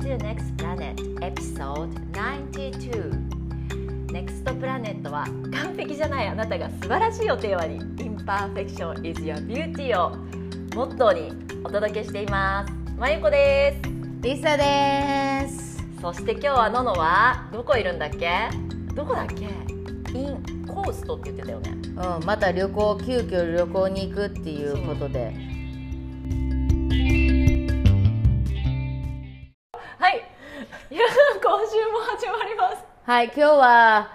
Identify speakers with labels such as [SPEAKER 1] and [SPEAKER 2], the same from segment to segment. [SPEAKER 1] the Next Planet Episode 92 Next Planet は完璧じゃないあなたが素晴らしいをテーマに Imperfection is your beauty をモットーにお届けしていますまゆこです
[SPEAKER 2] リサです
[SPEAKER 1] そして今日はののはどこいるんだっけどこだっけインコーストって言ってたよね
[SPEAKER 2] うん、また旅行急遽旅行に行くっていうことで
[SPEAKER 1] はいいや今週も始まります
[SPEAKER 2] はい今日は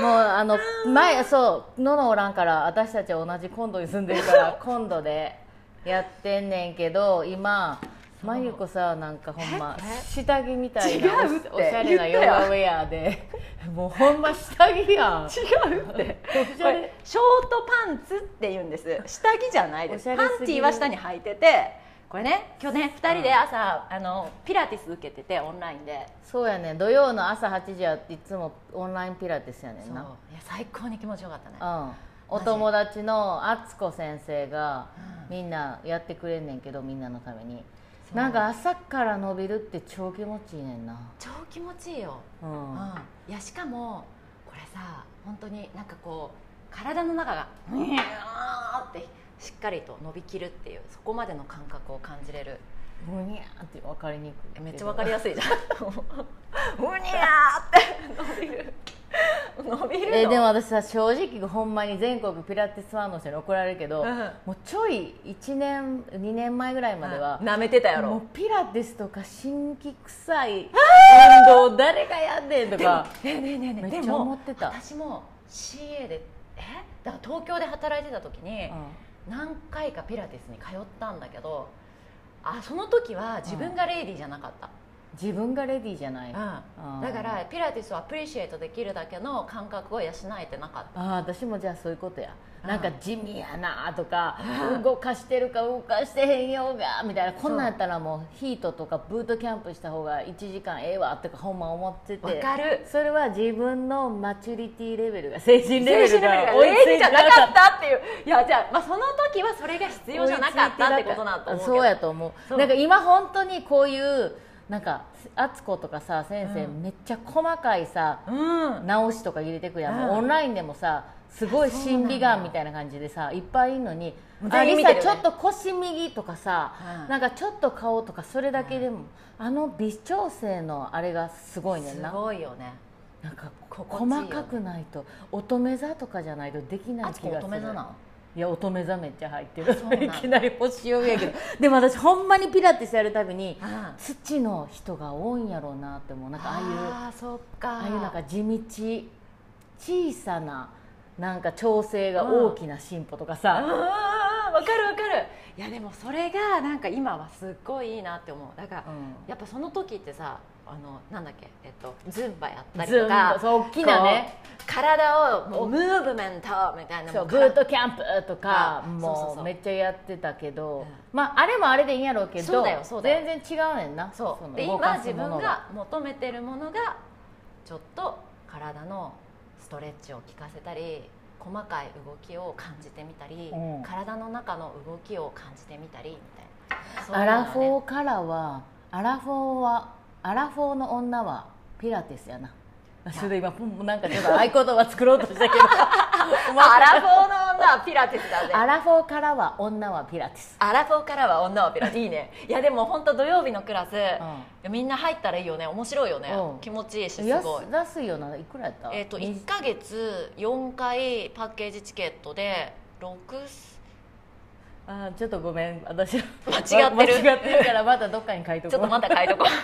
[SPEAKER 2] もうあの前そうののおらんから私たちは同じコンドに住んでるか らコンドでやってんねんけど今まゆこさなんかほんま下着みたいな
[SPEAKER 1] 違うって
[SPEAKER 2] おしゃれなヨガウェアでもうほんま下 着やん
[SPEAKER 1] 違うってこれショートパンツって言うんです下着じゃないです
[SPEAKER 2] おしゃれ
[SPEAKER 1] パ
[SPEAKER 2] すぎる
[SPEAKER 1] ンティーは下に履いててこれね今日ね2人で朝、あのピラティス受けててオンラインで
[SPEAKER 2] そうやねん土曜の朝8時はいつもオンラインピラティスやね
[SPEAKER 1] そ
[SPEAKER 2] ん
[SPEAKER 1] うい
[SPEAKER 2] な
[SPEAKER 1] や最高に気持ちよかったね
[SPEAKER 2] うん、お友達の敦子先生がみんなやってくれんねんけどみんなのために
[SPEAKER 1] そう
[SPEAKER 2] なんか朝から伸びるって超気持ちいいねんな、
[SPEAKER 1] 超気持ちいいよ、
[SPEAKER 2] うん
[SPEAKER 1] うん、いやしかもこれさ本当になんかこう体の中がうにゃーってしっかりと伸びきるっていうそこまでの感覚を感じれる
[SPEAKER 2] むにゃーって分かりにくい
[SPEAKER 1] めっちゃわかり
[SPEAKER 2] や
[SPEAKER 1] やす いじゃん。うにゃーって伸びる。伸びるの。
[SPEAKER 2] えーでも私さ正直ほんまに全国ピラティスファンの人に怒られるけど、
[SPEAKER 1] うん
[SPEAKER 2] もうちょい1年2年前ぐらいまでは、
[SPEAKER 1] 舐めてたや
[SPEAKER 2] も
[SPEAKER 1] ろ。
[SPEAKER 2] うピラティスとか新規臭い運動誰がやんねんとか
[SPEAKER 1] ねえねえねえねえ。
[SPEAKER 2] めっ
[SPEAKER 1] で
[SPEAKER 2] ちゃ
[SPEAKER 1] も
[SPEAKER 2] 思ってた
[SPEAKER 1] 私も CA でえだから東京で働いてた時に何回かピラティスに通ったんだけど、あその時は自分がレディーじゃなかった。
[SPEAKER 2] 自分がレディーじゃな
[SPEAKER 1] う
[SPEAKER 2] い、
[SPEAKER 1] ん。
[SPEAKER 2] ん
[SPEAKER 1] だからピラティスをアプリシエイトできるだけの感覚を養えてなかった。
[SPEAKER 2] ああ私もじゃあそういうことや
[SPEAKER 1] うん
[SPEAKER 2] なんか地味やなとか動かしてるか動かしてへんよがみたいなこんなんやったらもうヒートとかブートキャンプした方が1時間ええわとかほんま思って
[SPEAKER 1] わ
[SPEAKER 2] て
[SPEAKER 1] かる。
[SPEAKER 2] それは自分のマチュリティレベルが精神レベ
[SPEAKER 1] 精神レベ
[SPEAKER 2] ル
[SPEAKER 1] ル
[SPEAKER 2] が
[SPEAKER 1] が
[SPEAKER 2] 追いつ
[SPEAKER 1] 礼儀
[SPEAKER 2] い
[SPEAKER 1] じゃ
[SPEAKER 2] て
[SPEAKER 1] な
[SPEAKER 2] な
[SPEAKER 1] か
[SPEAKER 2] か
[SPEAKER 1] っ
[SPEAKER 2] った
[SPEAKER 1] っていういやじゃあ,、まあその時はそれが必
[SPEAKER 2] た
[SPEAKER 1] 要じゃなかったってことなんと思うけど
[SPEAKER 2] そうやと思
[SPEAKER 1] そうう
[SPEAKER 2] なんか今本当にこういうなんか敦子とかさ先生、
[SPEAKER 1] うん
[SPEAKER 2] めっちゃ細かいさ
[SPEAKER 1] うん
[SPEAKER 2] 直しとか入れてくやん、もう
[SPEAKER 1] うん
[SPEAKER 2] オンラインでもさすごい審美眼みたいな感じでさいっぱいいるのに
[SPEAKER 1] もう
[SPEAKER 2] あ
[SPEAKER 1] 全員
[SPEAKER 2] リ
[SPEAKER 1] 見て
[SPEAKER 2] サ
[SPEAKER 1] るよ
[SPEAKER 2] ち
[SPEAKER 1] ね
[SPEAKER 2] ょっと腰右とかさ、
[SPEAKER 1] うん
[SPEAKER 2] なんかちょっと顔とかそれだけでも、あの微調整のあれがすごいねん
[SPEAKER 1] す
[SPEAKER 2] な
[SPEAKER 1] ごいよね
[SPEAKER 2] なんか
[SPEAKER 1] 心地いいよ
[SPEAKER 2] 細かくないと乙女座とかじゃないとできない
[SPEAKER 1] あ
[SPEAKER 2] 気がす
[SPEAKER 1] そこ乙
[SPEAKER 2] る
[SPEAKER 1] 女座なん
[SPEAKER 2] いや乙女座めっちゃ入ってる
[SPEAKER 1] そうなん
[SPEAKER 2] いきなり星読みやけどでも私ほんまにピラティスやるたびに
[SPEAKER 1] あ
[SPEAKER 2] 土の人が多いんやろうなって思うなんかああいう
[SPEAKER 1] あーそっか
[SPEAKER 2] ああいうなんか地道小さななんか調整が大きな進歩とか
[SPEAKER 1] うんうん
[SPEAKER 2] さ、
[SPEAKER 1] うんわかるわかるいやでもそれがなんか今はすっごいいいなって思うだから、やっぱその時ってさあのなんだっけえっとズンバやったり
[SPEAKER 2] ず
[SPEAKER 1] と
[SPEAKER 2] ん
[SPEAKER 1] か
[SPEAKER 2] そう大きなね
[SPEAKER 1] こう体をもうムーブメントみたいな
[SPEAKER 2] そう
[SPEAKER 1] も
[SPEAKER 2] ブ
[SPEAKER 1] 体
[SPEAKER 2] ートキャンプとか
[SPEAKER 1] あそうそう
[SPEAKER 2] も
[SPEAKER 1] そう
[SPEAKER 2] うめっちゃやってたけど、
[SPEAKER 1] うん
[SPEAKER 2] まあ、あれもあれでいいんやろうけど
[SPEAKER 1] そうだよそうだよ
[SPEAKER 2] 全然違うねんな
[SPEAKER 1] そう
[SPEAKER 2] の
[SPEAKER 1] で
[SPEAKER 2] 動
[SPEAKER 1] 今
[SPEAKER 2] かす
[SPEAKER 1] 自
[SPEAKER 2] も
[SPEAKER 1] 分
[SPEAKER 2] の
[SPEAKER 1] が求めてるものがちょっと体のストレッチを効かせたり細かい動きを感じてみたり、
[SPEAKER 2] うん
[SPEAKER 1] 体の中の動きを感じてみたりみたいなそうい
[SPEAKER 2] ア
[SPEAKER 1] うの
[SPEAKER 2] ラ
[SPEAKER 1] がね
[SPEAKER 2] フォーからはアラフォーはアラフォーの女はピラティスやなそれで今もうなんかちょっと合言葉作ろうとしたけ ど
[SPEAKER 1] アラフォーの女はピラティスだぜ
[SPEAKER 2] アラフォーからは女はピラティス
[SPEAKER 1] アラフォーからは女はピラティスいいねいやでも本当土曜日のクラス、みんな入ったらいいよね面白いよね、
[SPEAKER 2] うん
[SPEAKER 1] 気持ちいいしす
[SPEAKER 2] 安
[SPEAKER 1] ごい
[SPEAKER 2] 安いよないくらやった
[SPEAKER 1] えっと
[SPEAKER 2] に
[SPEAKER 1] 1か月4回パッケージチケットで6
[SPEAKER 2] あーちょっとごめん私間
[SPEAKER 1] 間違ってる
[SPEAKER 2] 間違ってるからまたどっかに書いとこう
[SPEAKER 1] ちょっとまた書いとこう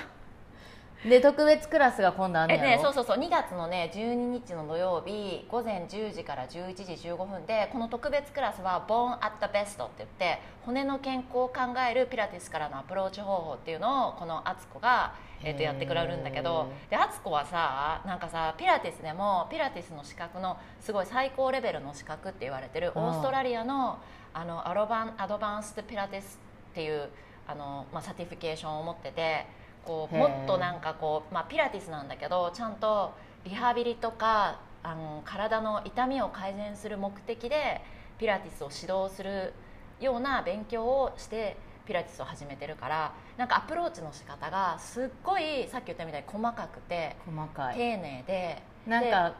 [SPEAKER 2] で特別クラスが今度あん
[SPEAKER 1] え
[SPEAKER 2] ねやろ
[SPEAKER 1] ね、そうそうそう2月のね12日の土曜日午前10時から11時15分でこの特別クラスは「Born at the Best」って言って骨の健康を考えるピラティスからのアプローチ方法っていうのをこの敦子が、えっと
[SPEAKER 2] へー
[SPEAKER 1] やってくれるんだけどで敦子はさなんかさピラティスでもピラティスの資格のすごい最高レベルの資格って言われてる
[SPEAKER 2] うん
[SPEAKER 1] オーストラリアのあのアロバンアドバンスドピラティスっていうあの、まあ、サティフィケーションを持っててこう
[SPEAKER 2] へー
[SPEAKER 1] もっとなんかこう、まあ、ピラティスなんだけどちゃんとリハビリとかあの体の痛みを改善する目的でピラティスを指導するような勉強をしてピラティスを始めてるからなんかアプローチの仕方がすっごいさっき言ったみたいに細かくて
[SPEAKER 2] 細かい
[SPEAKER 1] 丁寧で
[SPEAKER 2] なんか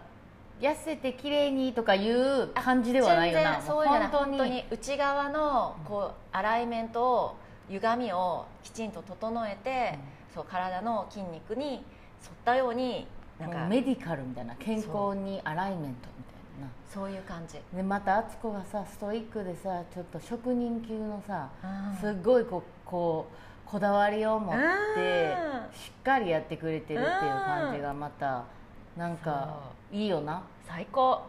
[SPEAKER 2] 痩せて綺麗にとかいう感じではないよ
[SPEAKER 1] 全
[SPEAKER 2] な
[SPEAKER 1] 然そういうのない
[SPEAKER 2] もう
[SPEAKER 1] 本当に内側のこうアライメントを歪みをきちんと整えて、そう体の筋肉に沿ったようになん
[SPEAKER 2] もう
[SPEAKER 1] か
[SPEAKER 2] メディカルみたいな健康にアライメントみたいな
[SPEAKER 1] そういう感じ、
[SPEAKER 2] でまた敦子がさストイックでさちょっと職人級のさ、
[SPEAKER 1] うん
[SPEAKER 2] すっごいこうこうこだわりを持って
[SPEAKER 1] うん
[SPEAKER 2] しっかりやってくれてるっていう感じがまたなんかいいよな
[SPEAKER 1] 最高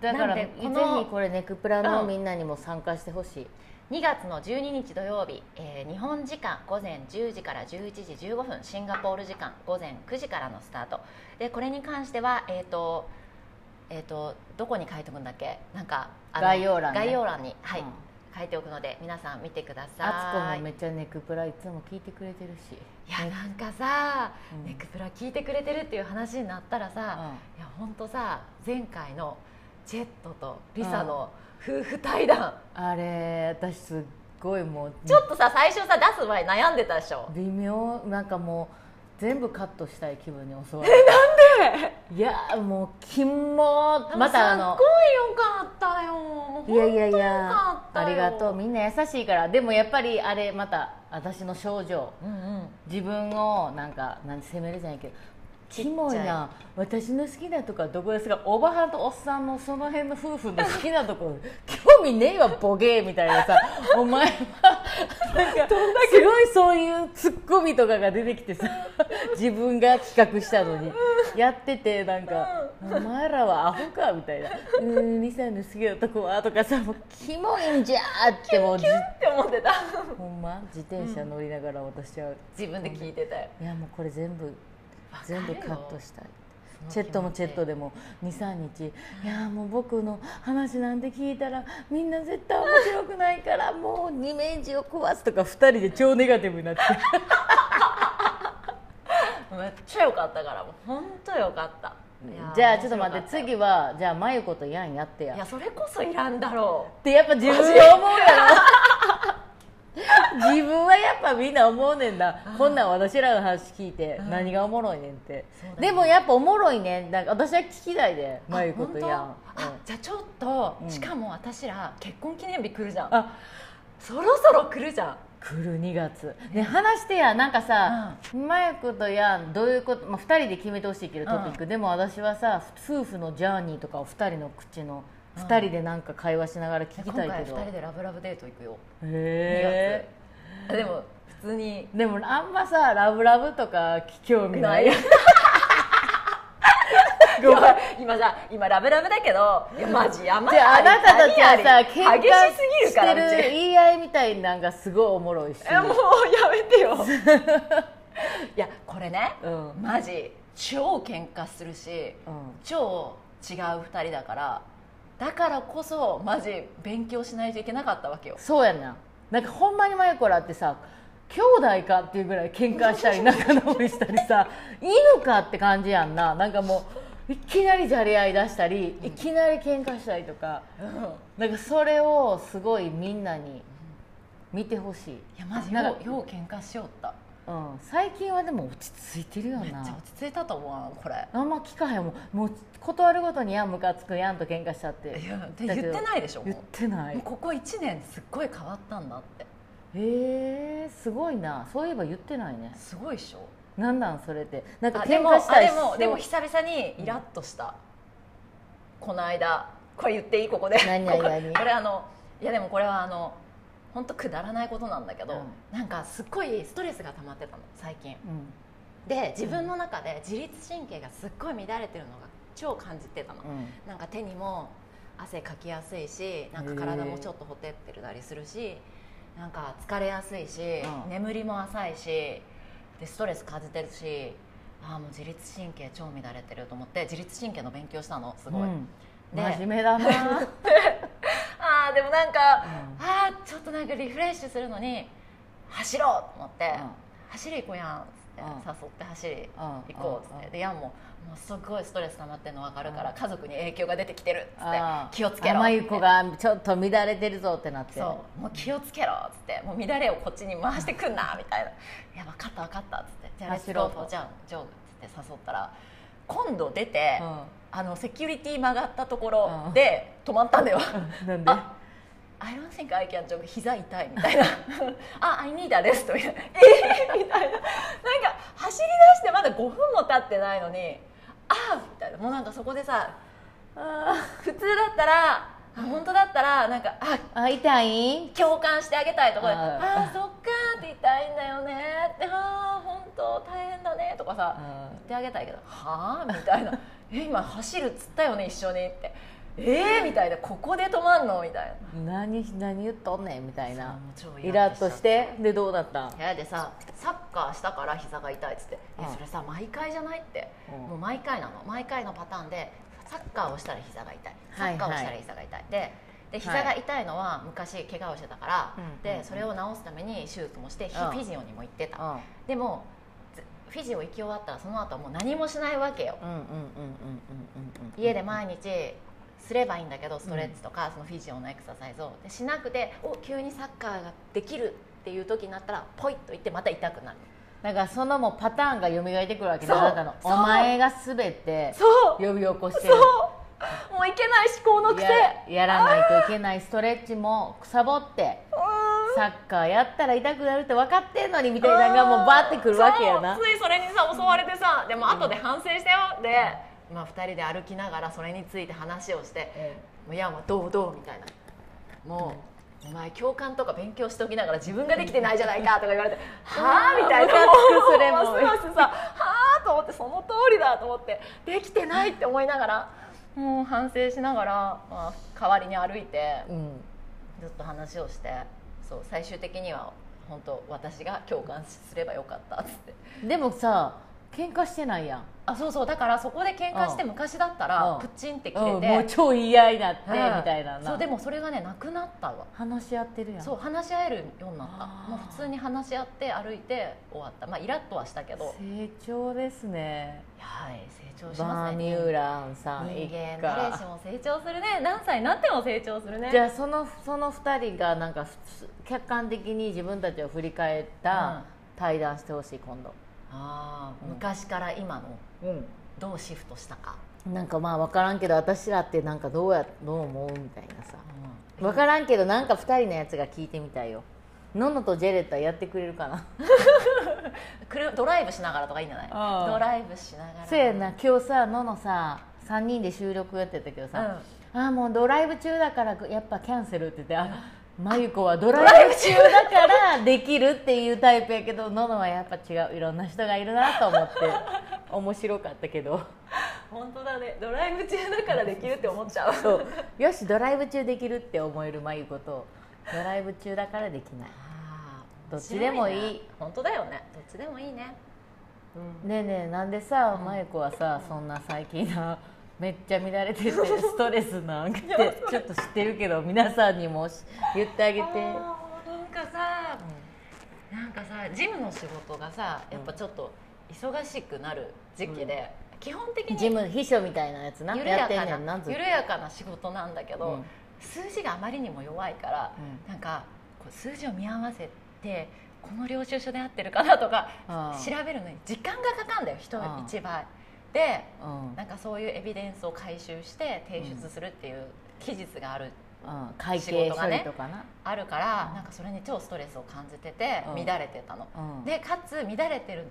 [SPEAKER 2] だから
[SPEAKER 1] な
[SPEAKER 2] ぜ
[SPEAKER 1] んで
[SPEAKER 2] ひ
[SPEAKER 1] この
[SPEAKER 2] これネクプラの
[SPEAKER 1] うん
[SPEAKER 2] みんなにも参加してほしい、
[SPEAKER 1] 2月の12日土曜日、えー日本時間午前10時から11時15分シンガポール時間午前9時からのスタートでこれに関してはえっ、とえっ、とどこに書いておくんだっけなんかあの
[SPEAKER 2] 概要欄ね
[SPEAKER 1] 概要欄にはい、
[SPEAKER 2] うん
[SPEAKER 1] 書いておくので皆さん見てください
[SPEAKER 2] あつこもめっちゃネクプラいつも聞いてくれてるし
[SPEAKER 1] いやなんかさ、
[SPEAKER 2] うん
[SPEAKER 1] ネクプラ聞いてくれてるっていう話になったらさ、いや本当さ前回のジェットとリサの夫婦対談、
[SPEAKER 2] あれ私すっごいもう
[SPEAKER 1] ちょっとさ最初さ出す前悩んでたでしょ
[SPEAKER 2] 微妙なんかもう全部カットしたい気分に襲われてなんでいやもうキモまたあの
[SPEAKER 1] すっごいよかったよもう
[SPEAKER 2] いやいやい
[SPEAKER 1] 本当よか
[SPEAKER 2] や
[SPEAKER 1] ったよ
[SPEAKER 2] ありがとうみんな優しいからでもやっぱりあれまた私の症状
[SPEAKER 1] うんうん
[SPEAKER 2] 自分をなんかなん責めるじゃないけどキモいな私の好きなとこはどこですかおばはんとおっさんのその辺の夫婦の好きなとこ 興味ねえわボケーみたい なさお前はなんかすごいそういうツッコミとかが出てきてさ 自分が企画したのにやっててなんか「お前らはアホか」みたいな「うーん2歳の好きなとこは」とかさもうキモいんじゃーってもうじ
[SPEAKER 1] って思ってた
[SPEAKER 2] ほんま自転車乗りながら私は
[SPEAKER 1] 自分で聞いてたよ
[SPEAKER 2] いやもうこれ全部
[SPEAKER 1] わかるよ
[SPEAKER 2] 全部カットしたい
[SPEAKER 1] の
[SPEAKER 2] チェットもチェットでも23日いやもう僕の話なんて聞いたらみんな絶対面白くないからもうイメージを壊すとか2人で超ネガティブになって
[SPEAKER 1] めっちゃよかったからもう本当よかったいやー
[SPEAKER 2] じゃあちょっと待って
[SPEAKER 1] 面白かたよ
[SPEAKER 2] 次はじゃあ真由子とヤンやってや
[SPEAKER 1] いやそれこそいらんだろ
[SPEAKER 2] ってやっぱ自分で思うやろ自分はやっぱみんな思うねんなこんなん私らの話聞いて
[SPEAKER 1] うん
[SPEAKER 2] 何がおもろいねんって、
[SPEAKER 1] そうだね
[SPEAKER 2] でもやっぱおもろいねんなんか私は聞きたいで
[SPEAKER 1] う
[SPEAKER 2] 真由子とやん
[SPEAKER 1] あ本当
[SPEAKER 2] うん
[SPEAKER 1] あじゃあちょっと、
[SPEAKER 2] うん
[SPEAKER 1] しかも私ら結婚記念日来るじゃん
[SPEAKER 2] あ
[SPEAKER 1] そろそろ来るじゃん
[SPEAKER 2] 来る2月ね話してやなんかさ、マイクとやんどういうこと、まあ、2人で決めてほしいけどトピック、でも私はさ夫婦のジャーニーとかを2人の口の
[SPEAKER 1] うん
[SPEAKER 2] 2人でなんか会話しながら聞き
[SPEAKER 1] 今
[SPEAKER 2] た
[SPEAKER 1] 回2
[SPEAKER 2] いけど、
[SPEAKER 1] 人でラブラブデート行くよ2
[SPEAKER 2] へ
[SPEAKER 1] 月でも普通に
[SPEAKER 2] えでもあんまさラブラブとか興味ない
[SPEAKER 1] ない
[SPEAKER 2] ごめん
[SPEAKER 1] 今さ今ラブラブだけどいやマジやま
[SPEAKER 2] じゃああなたたちはさ
[SPEAKER 1] 激
[SPEAKER 2] 喧嘩
[SPEAKER 1] しすぎるから
[SPEAKER 2] してる言い合いみたいなんがすごいおもろいし
[SPEAKER 1] えもうやめてよ いやこれね、
[SPEAKER 2] うん
[SPEAKER 1] マジ超喧嘩するし、
[SPEAKER 2] うん
[SPEAKER 1] 超違う2人だからだからこそマジ勉強しないといけなかったわけよ
[SPEAKER 2] そうやななんかほんまにマユコらってさ兄弟かっていうぐらい喧嘩したり仲直りしたりさ 犬かって感じやんななんかもういきなりじゃれ合い出したりいきなり喧嘩したりとか、なんかそれをすごいみんなに見てほしいい
[SPEAKER 1] いやマジ
[SPEAKER 2] なん
[SPEAKER 1] よ
[SPEAKER 2] か
[SPEAKER 1] うよう喧嘩しよった
[SPEAKER 2] うん、最近はでも落ち着いてるよ
[SPEAKER 1] めっちゃ
[SPEAKER 2] な
[SPEAKER 1] 落ち着いたと思うなこれ
[SPEAKER 2] あんま聞かへんもんもう断るごとにやんムカつくやんと喧嘩したって
[SPEAKER 1] いやで言ってないでしょもう
[SPEAKER 2] 言ってない
[SPEAKER 1] もうここ1年すっごい変わったんだって
[SPEAKER 2] へえすごいなそういえば言ってないね
[SPEAKER 1] すごいっしょ
[SPEAKER 2] なんなんそれってなんか
[SPEAKER 1] あで
[SPEAKER 2] 喧
[SPEAKER 1] も
[SPEAKER 2] 嘩したり
[SPEAKER 1] あでもでも
[SPEAKER 2] そう
[SPEAKER 1] 久々にイラッとした、この間これ言っていいここで
[SPEAKER 2] 何何何
[SPEAKER 1] こここれあのいやでもこれはあの本当くだらないことなんだけど、
[SPEAKER 2] う
[SPEAKER 1] なんかすっごいストレスが溜まってたの最近
[SPEAKER 2] うん
[SPEAKER 1] で自分の中で自律神経がすっごい乱れてるのが超感じてたの、
[SPEAKER 2] うん
[SPEAKER 1] なんか手にも汗かきやすいしなんか体もちょっとほてってるなりするしなんか疲れやすいし、
[SPEAKER 2] うん
[SPEAKER 1] 眠りも浅いしでストレス感じてるしああもう自律神経超乱れてると思って自律神経の勉強したのすごい、
[SPEAKER 2] うん
[SPEAKER 1] で
[SPEAKER 2] 真面目 だな、うん
[SPEAKER 1] ああでもなんか、ああちょっとなんかリフレッシュするのに走ろうと思って、走り行こうやんっつっって、
[SPEAKER 2] うん
[SPEAKER 1] 誘って走り
[SPEAKER 2] うん
[SPEAKER 1] 行こうっつって、でヤンももうすごいストレス溜まってるの分かるから、家族に影響が出てきてるっつって、気をつけろ
[SPEAKER 2] あま
[SPEAKER 1] っ
[SPEAKER 2] ゆ
[SPEAKER 1] つっ
[SPEAKER 2] こ
[SPEAKER 1] て
[SPEAKER 2] がちょっと乱れてるぞってなって
[SPEAKER 1] そうもう気をつけろっつってもう乱れをこっちに回してくんなみたいな「いや分かった分かった」っつって「じゃあレッツ
[SPEAKER 2] 走
[SPEAKER 1] ゴ
[SPEAKER 2] ろう
[SPEAKER 1] ー
[SPEAKER 2] と
[SPEAKER 1] とじゃあジョーっつって誘ったら今度出て、あのセキュリティ曲がったところで止まったんだよ、
[SPEAKER 2] うん、なんで
[SPEAKER 1] あ I don't think I can jog 膝痛いみたい なあ I need a rest みたいなえーみたいななんか走り出してまだ5分も経ってないのにあみたいなもうなんかそこでさ
[SPEAKER 2] あ
[SPEAKER 1] 普通だったらあ本当だったらなんかあ
[SPEAKER 2] ーあ痛い
[SPEAKER 1] 共感してあげたいところで「
[SPEAKER 2] あー
[SPEAKER 1] ああそっか」って痛いんだよねって「ああ本当大変だね」とかさ
[SPEAKER 2] あ
[SPEAKER 1] 言ってあげたいけど「はあ?」みたいな「え今走るっつったよね一緒に」って「えー?」みたいな「ここで止まんの?」みたい
[SPEAKER 2] 何何言っとんねんみたい
[SPEAKER 1] な
[SPEAKER 2] な
[SPEAKER 1] もう超
[SPEAKER 2] イラッとしてでどうだった
[SPEAKER 1] 部屋でさサッカーしたから膝が痛いっつって「いや
[SPEAKER 2] うん
[SPEAKER 1] それさ毎回じゃない?」って
[SPEAKER 2] うん
[SPEAKER 1] もう毎回なの毎回のパターンでサッカーをしたら膝が痛いサ
[SPEAKER 2] はい
[SPEAKER 1] ッカーをしたら膝が痛いでで膝が痛いのは昔怪我をしてたから
[SPEAKER 2] うんうんう
[SPEAKER 1] で
[SPEAKER 2] ん
[SPEAKER 1] それを治すために手術もしてフ
[SPEAKER 2] うん
[SPEAKER 1] ィジオにも行ってた
[SPEAKER 2] うん
[SPEAKER 1] でもずフィジオ行き終わったらその後はもう何もしないわけよ
[SPEAKER 2] うんうんうんうんうんうん
[SPEAKER 1] 家で毎日すればいいんだけどストレッチとかそのフィジオのエクササイズをでしなくてお急にサッカーができるっていう時になったらポイッと行ってまた痛くなる
[SPEAKER 2] だからそのもうパターンが蘇ってくるわけね
[SPEAKER 1] そう
[SPEAKER 2] あなたの
[SPEAKER 1] そう
[SPEAKER 2] お前が滑って
[SPEAKER 1] そう
[SPEAKER 2] 呼び起こしてる
[SPEAKER 1] そうもういけない思考の癖
[SPEAKER 2] ややらないといけないストレッチもサボってサッカーやったら痛くなるって分かってんのにみたいなのがもうバーってくるわけやな
[SPEAKER 1] そうついそれにさ襲われてさでも後で反省したよで、まあ、2人で歩きながらそれについて話をして「もういやもうどうどう」みたいなもう、お前教官とか勉強しておきながら自分ができてないじゃないか」とか言 われて「はあ?」みたいな
[SPEAKER 2] ムカつくそれも
[SPEAKER 1] うますますさ「はあ?」と思ってその通りだと思ってできてないって思いながらもう反省しながら、まあ、代わりに歩いて
[SPEAKER 2] うん
[SPEAKER 1] ずっと話をしてそう最終的には本当私が共感すればよかったっつって
[SPEAKER 2] でもさ喧嘩してないやん
[SPEAKER 1] あそうそうだからそこで喧嘩して
[SPEAKER 2] うん
[SPEAKER 1] 昔だったら
[SPEAKER 2] うん
[SPEAKER 1] プチンって切れて、
[SPEAKER 2] うんもう超言い合いになってみ
[SPEAKER 1] うん
[SPEAKER 2] たいなな
[SPEAKER 1] そうでもそれがねなくなったわ
[SPEAKER 2] 話し合ってるやん
[SPEAKER 1] そう話し合えるようになった
[SPEAKER 2] あー
[SPEAKER 1] もう普通に話し合って歩いて終わったまあイラッとはしたけど
[SPEAKER 2] 成長ですね
[SPEAKER 1] はい成長しま
[SPEAKER 2] バ
[SPEAKER 1] す
[SPEAKER 2] ー
[SPEAKER 1] ね
[SPEAKER 2] ミューランさん
[SPEAKER 1] 人
[SPEAKER 2] 一
[SPEAKER 1] 間誰し
[SPEAKER 2] 家
[SPEAKER 1] も成長するね何歳になっても成長するね
[SPEAKER 2] じゃあそのその2人がなんかふつ客観的に自分たちを振り返った対談してほしい今度
[SPEAKER 1] あー
[SPEAKER 2] うん
[SPEAKER 1] 昔から今の
[SPEAKER 2] うん
[SPEAKER 1] どうシフトしたか、
[SPEAKER 2] なんかまあ分からんけど私らってなんかどうやどう思うみたいなさ
[SPEAKER 1] うん
[SPEAKER 2] 分からんけどなんか2人のやつが聞いてみたいよののとジェレットはやってくれるかな
[SPEAKER 1] 車ドライブしながらとかいいんじゃない
[SPEAKER 2] ああ
[SPEAKER 1] ドライブしながら
[SPEAKER 2] そうやな今日さののさ3人で収録やってたけどさ、ああーもうドライブ中だからやっぱキャンセルって言ってあまゆこはドライブ中だからできるっていうタイプやけどののはやっぱ違ういろんな人がいるなと思って 面白かったけど
[SPEAKER 1] 本当だねドライブ中だからできるって思っちゃう
[SPEAKER 2] そうよしドライブ中できるって思えるまゆことドライブ中だからできない
[SPEAKER 1] ああ
[SPEAKER 2] どっちでもいい
[SPEAKER 1] 面白ね本当だよねどっちでもいいね
[SPEAKER 2] ねえねえなんでさまゆこはさそんな最近 なめっちゃ乱れててストレスなんかってちょっと知ってるけど皆さんにもし言ってあげ
[SPEAKER 1] あ
[SPEAKER 2] て
[SPEAKER 1] ーなんかさ、なんかさ事務の仕事がさやっぱちょっと忙しくなる時期で、基本的
[SPEAKER 2] ジ
[SPEAKER 1] に
[SPEAKER 2] ム秘書みたいなやつな
[SPEAKER 1] 緩
[SPEAKER 2] や
[SPEAKER 1] や
[SPEAKER 2] ってん
[SPEAKER 1] か
[SPEAKER 2] ね
[SPEAKER 1] なん
[SPEAKER 2] なずっと
[SPEAKER 1] 緩やかな仕事なんだけど、
[SPEAKER 2] うん
[SPEAKER 1] 数字があまりにも弱いから、
[SPEAKER 2] う
[SPEAKER 1] なんかこう数字を見合わせてこの領収書で合ってるかなとか
[SPEAKER 2] あー
[SPEAKER 1] 調べるのに時間がかかんだよ人
[SPEAKER 2] ああ
[SPEAKER 1] 一倍で
[SPEAKER 2] うん
[SPEAKER 1] なんかそういうエビデンスを回収して提出するっていう期日がある
[SPEAKER 2] うん会計処理とかな
[SPEAKER 1] あるから
[SPEAKER 2] ああ
[SPEAKER 1] なんかそれに超ストレスを感じてて乱
[SPEAKER 2] うん
[SPEAKER 1] れてたの
[SPEAKER 2] うん
[SPEAKER 1] でかつ乱れてる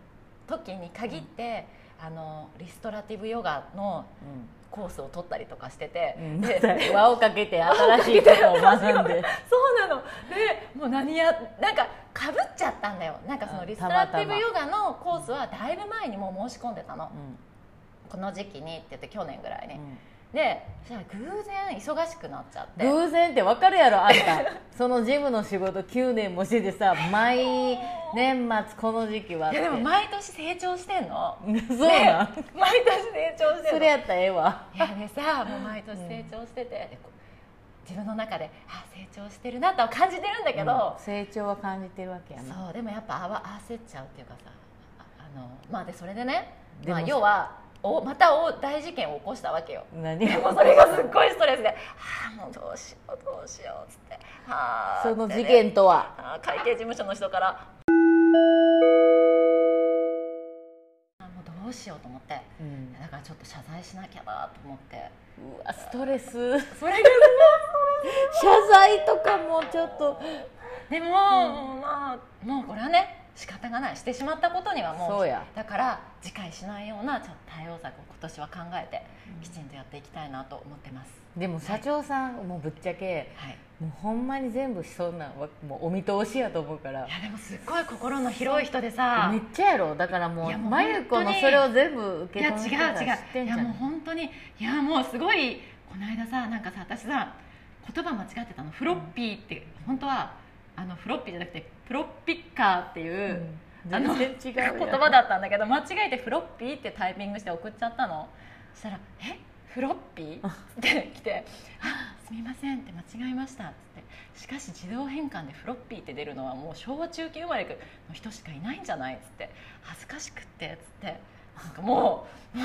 [SPEAKER 1] 時に限ってあのリストラティブヨガのコースを取ったりとかしてて
[SPEAKER 2] うん
[SPEAKER 1] で
[SPEAKER 2] うん輪をかけて新しいことを学んで
[SPEAKER 1] そうなのでもう何やなんかかぶっちゃったんだよなんかその
[SPEAKER 2] うん
[SPEAKER 1] リストラティブ
[SPEAKER 2] たまたま
[SPEAKER 1] ヨガのコースはだいぶ前にもう申し込んでたの
[SPEAKER 2] うん
[SPEAKER 1] この時期にって言って去年ぐらいに、
[SPEAKER 2] うん
[SPEAKER 1] でそしたら偶然忙しくなっちゃって
[SPEAKER 2] 偶然ってわかるやろあんたそのジムの仕事9年もしててさ毎年末この時期はっ
[SPEAKER 1] い
[SPEAKER 2] て
[SPEAKER 1] やでも毎年成長してん の
[SPEAKER 2] そうなん、
[SPEAKER 1] ね毎年成長してんの
[SPEAKER 2] それやったらええわ
[SPEAKER 1] いやで さもう毎年成長してて、でこう自分の中であ成長してるなとは感じてるんだけど
[SPEAKER 2] うん、成長は感じてるわけやな
[SPEAKER 1] そうでもやっぱあわ焦っちゃうっていうかさああ
[SPEAKER 2] の
[SPEAKER 1] まあでそれでね
[SPEAKER 2] でも
[SPEAKER 1] まあ、要はおまたお大事件を起こしたわけよ
[SPEAKER 2] 何
[SPEAKER 1] でもそれがすっごいストレスで「ああもうどうしようどうしよう」っつって「はあ」
[SPEAKER 2] その
[SPEAKER 1] ってね
[SPEAKER 2] 事件とは
[SPEAKER 1] あー会計事務所の人からあもうどうしようと思って
[SPEAKER 2] うん
[SPEAKER 1] だからちょっと謝罪しなきゃなと思って
[SPEAKER 2] うわストレ ス謝
[SPEAKER 1] それが
[SPEAKER 2] 罪とかもちょっと
[SPEAKER 1] でも、まあもうこれはね仕方がないしてしまったことにはもう
[SPEAKER 2] そうや
[SPEAKER 1] だから次回しないようなちょっと対応策を今年は考えてきちんとやっていきたいなと思ってます、
[SPEAKER 2] でも社長さんもうぶっちゃけ
[SPEAKER 1] はい、い
[SPEAKER 2] もうほんまに全部そんなんわもうお見通しやと思うから
[SPEAKER 1] やでもすっごい心の広い人でさ
[SPEAKER 2] めっちゃやろだからも
[SPEAKER 1] いうやもう
[SPEAKER 2] まゆこ
[SPEAKER 1] 本当
[SPEAKER 2] の
[SPEAKER 1] に
[SPEAKER 2] それを全部受
[SPEAKER 1] い
[SPEAKER 2] け
[SPEAKER 1] や
[SPEAKER 2] 止
[SPEAKER 1] 違う違
[SPEAKER 2] めてたら知って
[SPEAKER 1] うんい
[SPEAKER 2] じゃ
[SPEAKER 1] や
[SPEAKER 2] ん
[SPEAKER 1] もう本当にいやもうすごいこの間さなんかさ私さ言葉間違ってたのフロッピーって本当はあのフロッピーじゃなくてプロッピッカーっていう、あの
[SPEAKER 2] 全然違うやん
[SPEAKER 1] 言葉だったんだけど間違えてフロッピーってタイピングして送っちゃったのそしたら「えフロッピー?」って来て「あすみません」って間違えましたっつってしかし自動変換でフロッピーって出るのはもう昭和中期生まれの人しかいないんじゃないっつって恥ずかしくってっつってなんかもうも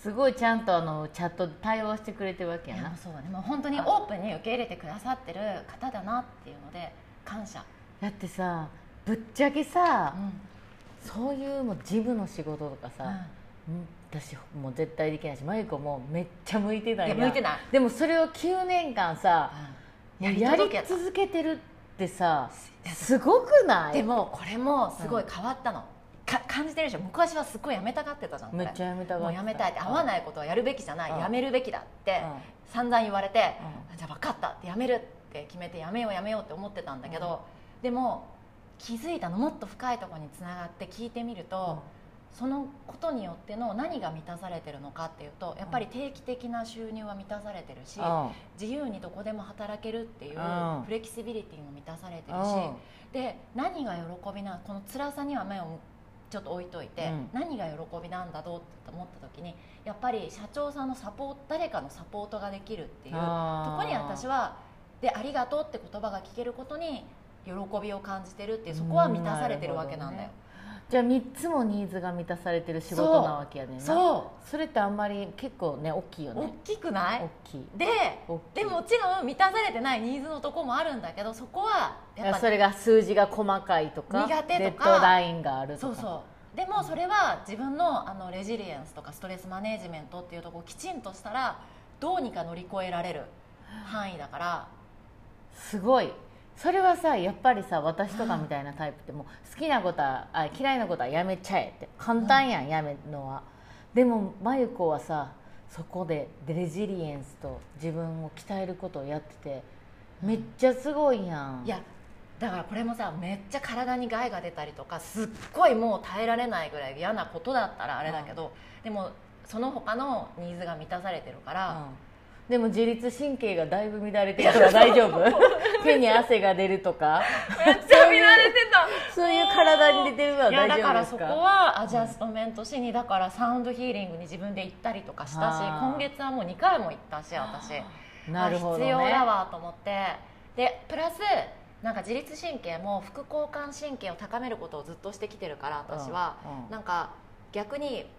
[SPEAKER 2] すごいちゃんとあのチャットで対応してくれてるわ
[SPEAKER 1] う
[SPEAKER 2] け
[SPEAKER 1] い
[SPEAKER 2] や
[SPEAKER 1] やも
[SPEAKER 2] な
[SPEAKER 1] うそうだねもう本当にオープンに受け入れてくださってる方だなっていうので感謝、
[SPEAKER 2] だってさぶっちゃけさ
[SPEAKER 1] う、ん
[SPEAKER 2] そういうもう事務の仕事とかさ、うん私もう絶対できないし真由子もめっちゃ向いてない
[SPEAKER 1] いや
[SPEAKER 2] やん
[SPEAKER 1] 向いてない
[SPEAKER 2] でもそれを9年間さ
[SPEAKER 1] うん
[SPEAKER 2] やり
[SPEAKER 1] やり続けた
[SPEAKER 2] 続けてるってさ
[SPEAKER 1] いや
[SPEAKER 2] すごくない
[SPEAKER 1] でもこれもすごい変わったの、か感じてるでしょ昔はすっごいやめたがってたじゃんこれ
[SPEAKER 2] めっちゃやめたがってた
[SPEAKER 1] もうやめたいって合わないことはやるべきじゃない、
[SPEAKER 2] うん
[SPEAKER 1] やめるべきだって
[SPEAKER 2] うん
[SPEAKER 1] 散々言われて、じゃあ分かったってやめるって決めてやめようやめようって思ってたんだけど、でも気づいたのもっと深いところにつながって聞いてみると、そのことによっての何が満たされてるのかっていうとやっぱり定期的な収入は満たされてるし、
[SPEAKER 2] うん
[SPEAKER 1] 自由にどこでも働けるっていう
[SPEAKER 2] うん
[SPEAKER 1] フレキシビリティも満たされてるし、
[SPEAKER 2] うん
[SPEAKER 1] で何が喜びなこの辛さには目をちょっと置いといて、
[SPEAKER 2] うん
[SPEAKER 1] 何が喜びなんだろうって思った時にやっぱり社長さんのサポート誰かのサポートができるっていうと
[SPEAKER 2] あー
[SPEAKER 1] こに私はでありがとうって言葉が聞けることに喜びを感じてるっていうそこは満たされてるわけなんだよ、
[SPEAKER 2] じゃあ3つもニーズが満たされてる仕事なわけやねんな
[SPEAKER 1] そ
[SPEAKER 2] それってあんまり結構ね大きいよ
[SPEAKER 1] う大
[SPEAKER 2] ね
[SPEAKER 1] きくない
[SPEAKER 2] 大きい
[SPEAKER 1] で
[SPEAKER 2] 大きい
[SPEAKER 1] でもちろん満たされてないニーズのとこもあるんだけどそこはやっぱ
[SPEAKER 2] それが数字が細かいとか
[SPEAKER 1] 苦手とか
[SPEAKER 2] デッドラインがあると
[SPEAKER 1] そ
[SPEAKER 2] か
[SPEAKER 1] うそうでもそれは自分のあのレジリエンスとかストレスマネージメントっていうところをきちんとしたらどうにか乗り越えられる範囲だから
[SPEAKER 2] すごいそれはさやっぱりさ私とかみたいなタイプってもう好きなことはあ嫌いなことはやめちゃえって簡単やんやめるのはでも真由子はさそこでレジリエンスと自分を鍛えることをやっててめっちゃすごいやん
[SPEAKER 1] いやだからこれもさめっちゃ体に害が出たりとかすっごいもう耐えられないぐらい嫌なことだったらあれだけど、でもその他のニーズが満たされてるから、
[SPEAKER 2] うんでも自律神経がだいぶ乱れてるから 大丈夫手に汗が出るとか
[SPEAKER 1] めっちゃ見られてた
[SPEAKER 2] そういう体に出 てるのはい
[SPEAKER 1] や
[SPEAKER 2] 大
[SPEAKER 1] だ
[SPEAKER 2] 丈
[SPEAKER 1] か
[SPEAKER 2] 夫
[SPEAKER 1] ら
[SPEAKER 2] です
[SPEAKER 1] そ
[SPEAKER 2] か
[SPEAKER 1] こはアジャストメントしにだからサウンドヒーリングに自分で行ったりとかしたし
[SPEAKER 2] あー
[SPEAKER 1] 今月はもう2回も行ったし私。
[SPEAKER 2] なるほど、ね、
[SPEAKER 1] あ必要だわと思ってでプラスなんか自律神経も副交感神経を高めることをずっとしてきてるから私は、
[SPEAKER 2] うんうん
[SPEAKER 1] なんか逆に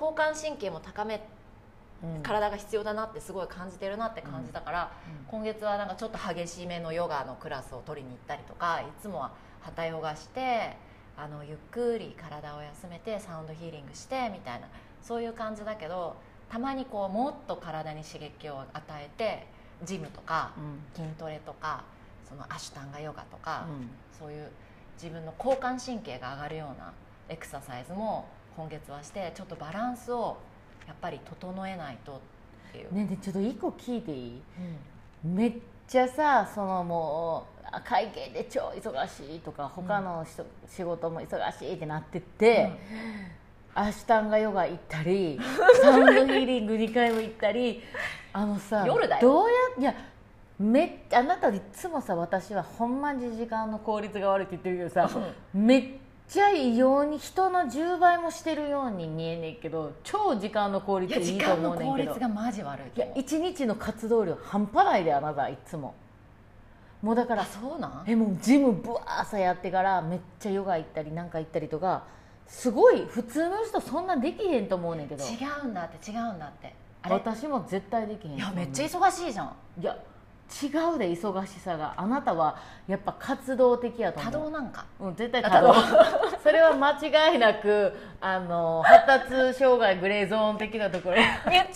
[SPEAKER 1] 交感神経も高め
[SPEAKER 2] うん
[SPEAKER 1] 体が必要だなってすごい感じてるなって感じたから、
[SPEAKER 2] うん
[SPEAKER 1] 今月はなんかちょっと激しめのヨガのクラスを取りに行ったりとかいつもは旗ヨガしてあのゆっくり体を休めてサウンドヒーリングしてみたいなそういう感じだけどたまにこうもっと体に刺激を与えてジムとか
[SPEAKER 2] うん
[SPEAKER 1] 筋トレとかそのアシュタンガヨガとか、
[SPEAKER 2] うん
[SPEAKER 1] そういう自分の交感神経が上がるようなエクササイズも今月はしてちょっとバランスをやっぱり整えないとっていう。
[SPEAKER 2] ねえねえちょっと一個聞いていい
[SPEAKER 1] うん
[SPEAKER 2] めっちゃさそのもうあ会計で超忙しいとか他の人、仕事も忙しいってなってって、アシュタンガヨガ行っ たりサウンドヒーリング2回も行ったりあのさ
[SPEAKER 1] 夜だよ
[SPEAKER 2] どうやいやめっあなたいつもさ私はほんまに時間の効率が悪いって言ってるけどさめっちゃ異様に人の10倍もしてるように見えねえけど超時間の効率いいと思うねんけど
[SPEAKER 1] マジ悪い
[SPEAKER 2] いや一日の活動量半端ないであなたいつももうだから
[SPEAKER 1] そうなん
[SPEAKER 2] えもうジムぶわーさやってからめっちゃヨガ行ったりなんか行ったりとかすごい普通の人そんなできへんと思うねんけど
[SPEAKER 1] 違うんだって違うんだってあれ
[SPEAKER 2] 私も絶対できへん
[SPEAKER 1] いやめっちゃ
[SPEAKER 2] ゃ
[SPEAKER 1] 忙しいじゃん
[SPEAKER 2] いや違うで忙しさがあなたはやっぱ活動的やと
[SPEAKER 1] 多
[SPEAKER 2] 思
[SPEAKER 1] 動
[SPEAKER 2] う
[SPEAKER 1] なんか
[SPEAKER 2] うん、絶対多動
[SPEAKER 1] 多
[SPEAKER 2] それは間違いなくあの発達障害グレーゾーン的なところ
[SPEAKER 1] めっちゃグレー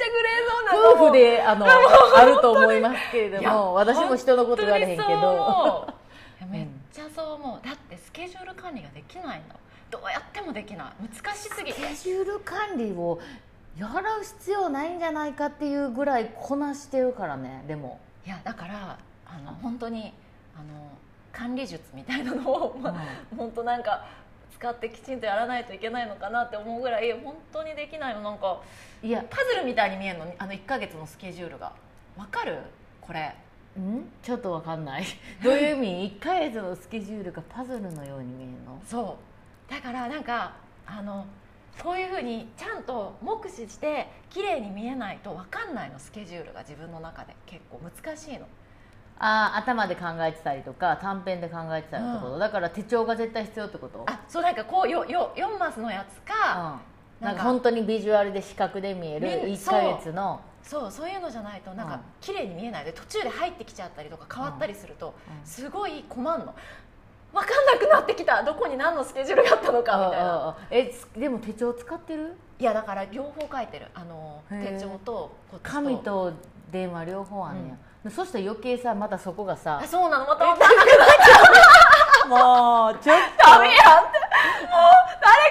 [SPEAKER 2] 夫婦であのあると思いますけれ
[SPEAKER 1] い
[SPEAKER 2] ど
[SPEAKER 1] や
[SPEAKER 2] も私も人のこと言われへんけ
[SPEAKER 1] 本当にそう
[SPEAKER 2] ど
[SPEAKER 1] 思う いやめっちゃそう思うだってスケジュール管理ができないのどうやってもできない難しすぎ
[SPEAKER 2] スケジュール管理をやらう必要ないんじゃないかっていうぐらいこなしてるからねでも、
[SPEAKER 1] いやだからあの本当にあの管理術みたいなのを、まあ本当なんか使ってきちんとやらないといけないのかなって思うぐらい本当にできないのなんか
[SPEAKER 2] いや
[SPEAKER 1] パズルみたいに見えるのあの1ヶ月のスケジュールがわかるこれ
[SPEAKER 2] んちょっとわかんない どういう意味1ヶ月のスケジュールがパズルのように見えるの
[SPEAKER 1] そうだからなんかあのこういうふうにちゃんと目視して綺麗に見えないと分かんないのスケジュールが自分の中で結構難しいの
[SPEAKER 2] あー頭で考えてたりとか短編で考えてたりってこと、
[SPEAKER 1] う
[SPEAKER 2] だから手帳が絶対必要ってこと
[SPEAKER 1] あそうなんかこうよよ4マスのやつか、
[SPEAKER 2] うん、
[SPEAKER 1] な
[SPEAKER 2] なんん
[SPEAKER 1] か
[SPEAKER 2] か本当にビジュアルで視覚で見える
[SPEAKER 1] 見える
[SPEAKER 2] 1ヶ月の
[SPEAKER 1] そうそういうのじゃないとなん
[SPEAKER 2] うん
[SPEAKER 1] か綺麗に見えないで途中で入ってきちゃったりとか変わったりすると
[SPEAKER 2] うん
[SPEAKER 1] すごい困んの分かんなくなってきたどこに何のスケジュールがあったのかみたいな
[SPEAKER 2] あああえすでも手帳使ってる
[SPEAKER 1] いやだから両方書いてるあの
[SPEAKER 2] へ
[SPEAKER 1] 手
[SPEAKER 2] ー
[SPEAKER 1] 帳とこっち
[SPEAKER 2] 紙と電話両方あんねや、そしたら余計さまたそこがさ
[SPEAKER 1] あそうなのまた分かんない
[SPEAKER 2] もうちょっ
[SPEAKER 1] ダメやってもう誰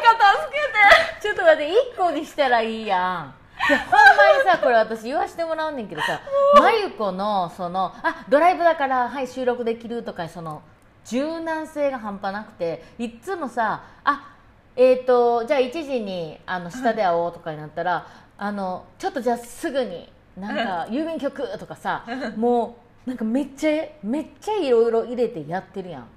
[SPEAKER 1] か助けて
[SPEAKER 2] と ちょっと待って1個にしたらいいやんいやほんまにさこれ私言わしてもらうねんけどさまゆこのそのあドライブだからはい収録できるとかその柔軟性が半端なくていっつもさあえっ、とじゃあ1時にあの下で会おうとかになったら、あのちょっとじゃあすぐになんか郵便局とかさもうなんかめっちゃめっちゃいろいろ入れてやってるやん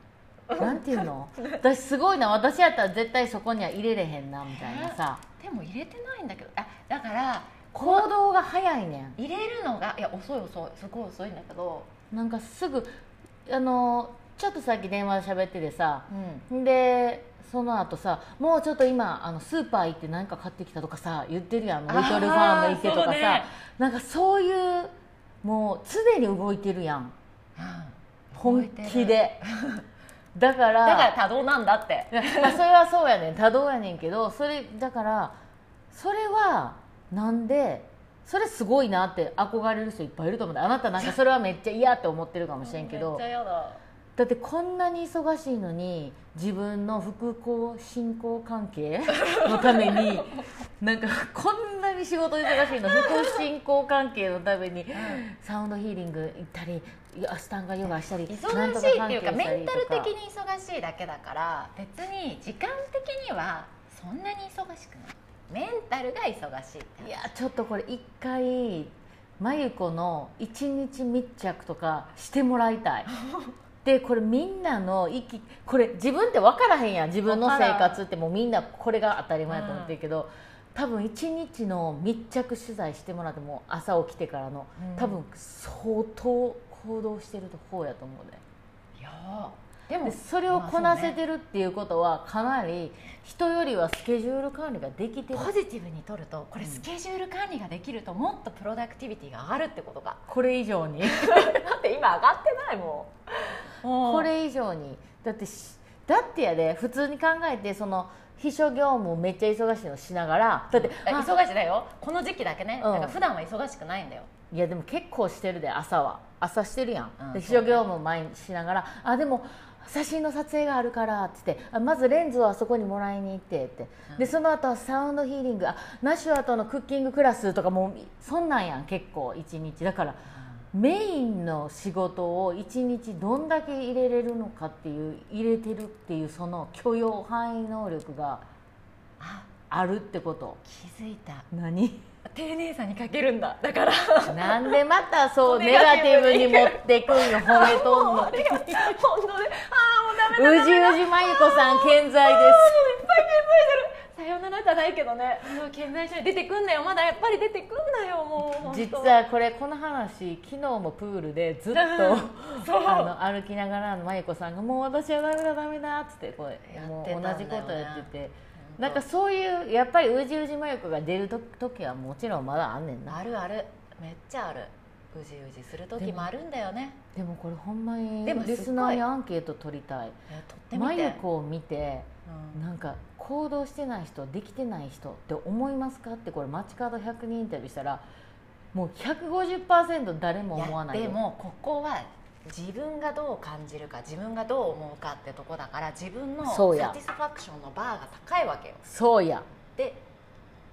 [SPEAKER 2] なんていうの私すごいな私やったら絶対そこには入れれへんなみたいなさ
[SPEAKER 1] でも入れてないんだけどあだから
[SPEAKER 2] 行動が早いね
[SPEAKER 1] 入れるのがいや遅い遅いすごい遅いんだけど
[SPEAKER 2] んなんかすぐあのちょっとさっき電話で喋っててさ
[SPEAKER 1] うん
[SPEAKER 2] でその後さもうちょっと今あのスーパー行って何か買ってきたとかさ言ってるやんあの
[SPEAKER 1] あー
[SPEAKER 2] リトルファーム行ってとかさ、
[SPEAKER 1] そうね
[SPEAKER 2] なんかそういうもう常に動いてるやん本気でだから
[SPEAKER 1] だから多動なんだ って
[SPEAKER 2] いやまあそれはそうやねん多動やねんけどそれだからそれはなんでそれすごいなって憧れる人いっぱいいると思うんだあなたなんかそれはめっちゃ嫌って思ってるかもしれんけ
[SPEAKER 1] めっ
[SPEAKER 2] ど
[SPEAKER 1] ちゃ嫌だ
[SPEAKER 2] だってこんなに忙しいのに自分の副交信仰関係 のためになんかこんなに仕事忙しいの副信仰関係のためにサウンドヒーリング行ったりいやアスタンガヨガしたりなん
[SPEAKER 1] 忙
[SPEAKER 2] と
[SPEAKER 1] しいっていうか
[SPEAKER 2] 関係した
[SPEAKER 1] メン
[SPEAKER 2] りと
[SPEAKER 1] タル的に忙しいだけだから別に時間的にはそんなに忙しくないメンタルが忙しいって
[SPEAKER 2] いやちょっとこれ一回まゆこの一日密着とかしてもら いたいでこれみんなの息これ自分って分からへんやん自分の
[SPEAKER 1] 分から
[SPEAKER 2] 生
[SPEAKER 1] ん
[SPEAKER 2] 活ってもうみんなこれが当たり前やと思ってるけど、多分一日の密着取材してもらってもう朝起きてからの、
[SPEAKER 1] うん
[SPEAKER 2] 多分相当行動してる方やと思うね
[SPEAKER 1] いやーでも
[SPEAKER 2] でそれをこなせてるっていうことはかなり人よりはスケジュール管理ができてる
[SPEAKER 1] ポジティブにとるとこれスケジュール管理ができるともっとプロダクティビティが上がるってことか
[SPEAKER 2] これ以上 に
[SPEAKER 1] だって今上がってないもん
[SPEAKER 2] これ以上にだってしだってやで普通に考えてその秘書業務めっちゃ忙しいのしながらだって
[SPEAKER 1] あ
[SPEAKER 2] あ
[SPEAKER 1] 忙しいだよこの時期だけね、
[SPEAKER 2] うん
[SPEAKER 1] なんか普段は忙しくないんだよ
[SPEAKER 2] いやでも結構してるで朝は朝してるやん、
[SPEAKER 1] うん
[SPEAKER 2] で秘
[SPEAKER 1] そうね
[SPEAKER 2] 書業務前にしながらあでも写真の撮影があるからっつってあまずレンズをあそこにもらいに行ってって、でその後はサウンドヒーリングあナシュアとのクッキングクラスとかもうそんなんやん結構一日だからメインの仕事を一日どんだけ入れれるのかっていう入れてるっていうその許容範囲能力が
[SPEAKER 1] あ
[SPEAKER 2] あるってこと
[SPEAKER 1] 気づいた
[SPEAKER 2] 何
[SPEAKER 1] 丁寧さにかけるんだだ から
[SPEAKER 2] なんでまたそう
[SPEAKER 1] ネ
[SPEAKER 2] ネ
[SPEAKER 1] ガ
[SPEAKER 2] ガ
[SPEAKER 1] テ
[SPEAKER 2] テ
[SPEAKER 1] ィ
[SPEAKER 2] ィ
[SPEAKER 1] ブ
[SPEAKER 2] ブ
[SPEAKER 1] に
[SPEAKER 2] に持ってくんの褒めとん
[SPEAKER 1] もう
[SPEAKER 2] の
[SPEAKER 1] ありがとう本当でああもうダメだ
[SPEAKER 2] うじうじまゆこさん健在で
[SPEAKER 1] いっぱい健在してるさよならじゃないけどねもう健在してる出てくんなよまだやっぱり出てくんなよもう
[SPEAKER 2] す実はこれこの話昨日もプールでずっと
[SPEAKER 1] そう
[SPEAKER 2] あの歩きながらまゆこさんが「もう私はダメだダメだ」っつってこれ
[SPEAKER 1] やってたんだよ
[SPEAKER 2] も
[SPEAKER 1] ね
[SPEAKER 2] う同じことやってて
[SPEAKER 1] と
[SPEAKER 2] なんかそういうやっぱりうじうじ魔力が出ると時はもちろんまだあんねんな
[SPEAKER 1] あるあるめっちゃあるうじうじする時もあるんだよね
[SPEAKER 2] でもこれほんまに
[SPEAKER 1] でもすっごい
[SPEAKER 2] リスナーにアンケート取りたい
[SPEAKER 1] いやとってみ
[SPEAKER 2] マ
[SPEAKER 1] て
[SPEAKER 2] ユコを見て
[SPEAKER 1] うん
[SPEAKER 2] なんか行動してない人できてない人って思いますかってこれ街角100人インタビューしたらもう150%誰も思わない
[SPEAKER 1] いや
[SPEAKER 2] よ
[SPEAKER 1] でもここは自分がどう感じるか自分がどう思うかってとこだから自分の
[SPEAKER 2] そうや
[SPEAKER 1] サティスファクションのバーが高いわけよ
[SPEAKER 2] そうや
[SPEAKER 1] で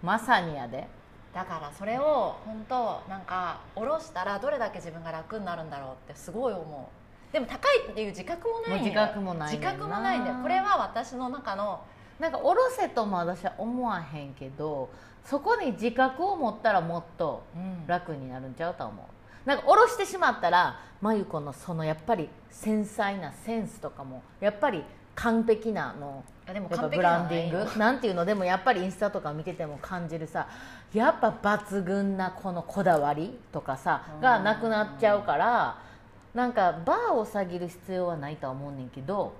[SPEAKER 2] まさにやで
[SPEAKER 1] だからそれを本当なんか下ろしたらどれだけ自分が楽になるんだろうってすごい思うでも高いっていう自覚もないんだよ
[SPEAKER 2] もう自覚もないねん
[SPEAKER 1] 自
[SPEAKER 2] な
[SPEAKER 1] 覚もないんだよこれは私の中の
[SPEAKER 2] なんかおろせとも私は思わへんけどそこに自覚を持ったらもっと楽になるんちゃうとは思うなんか下ろしてしまったら真由子のそのやっぱり繊細なセンスとかもやっぱり完璧なの
[SPEAKER 1] いやでも
[SPEAKER 2] やっ
[SPEAKER 1] 完璧
[SPEAKER 2] ぱブ
[SPEAKER 1] じゃ
[SPEAKER 2] ランデ
[SPEAKER 1] ない
[SPEAKER 2] ィン
[SPEAKER 1] よ
[SPEAKER 2] グなんていうのでもやっぱりインスタとか見てても感じるさやっぱ抜群なこのこだわりとかさ
[SPEAKER 1] うん
[SPEAKER 2] がなくなっちゃうからなんかバーを下げる必要はないとは思うねんけど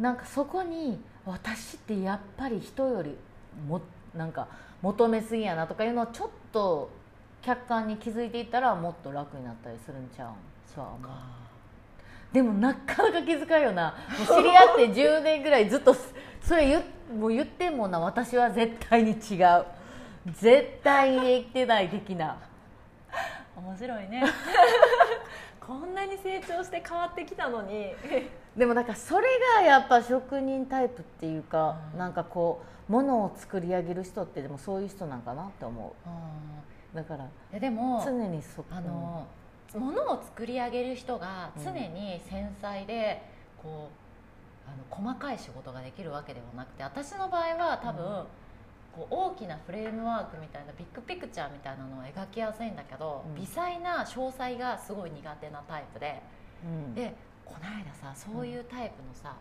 [SPEAKER 2] なんかそこに私ってやっぱり人よりもなんか求めすぎやなとかいうのをちょっと客観に気づいていったらもっと楽になったりするんちゃうんそうは思う でもなかなか気遣いよなもう知り合って10年ぐらいずっとすそれ言っもう言ってもな私は絶対に違う絶対に生きてない的な
[SPEAKER 1] うん面白い ねこんなに成長して変わってきたのに
[SPEAKER 2] でもなんかそれがやっぱ職人タイプっていうか、なんかこうものを作り上げる人ってでもそういう人なんかなって思うだから
[SPEAKER 1] えでも
[SPEAKER 2] 常にそこ
[SPEAKER 1] あの、物を作り上げる人が常に繊細で、こうあの細かい仕事ができるわけではなくて私の場合は多分、
[SPEAKER 2] う
[SPEAKER 1] こう大きなフレームワークみたいなビッグピクチャーみたいなのを描きやすいんだけど、
[SPEAKER 2] うん
[SPEAKER 1] 微細な詳細がすごい苦手なタイプで、
[SPEAKER 2] うん
[SPEAKER 1] でこの間さそういうタイプのさ、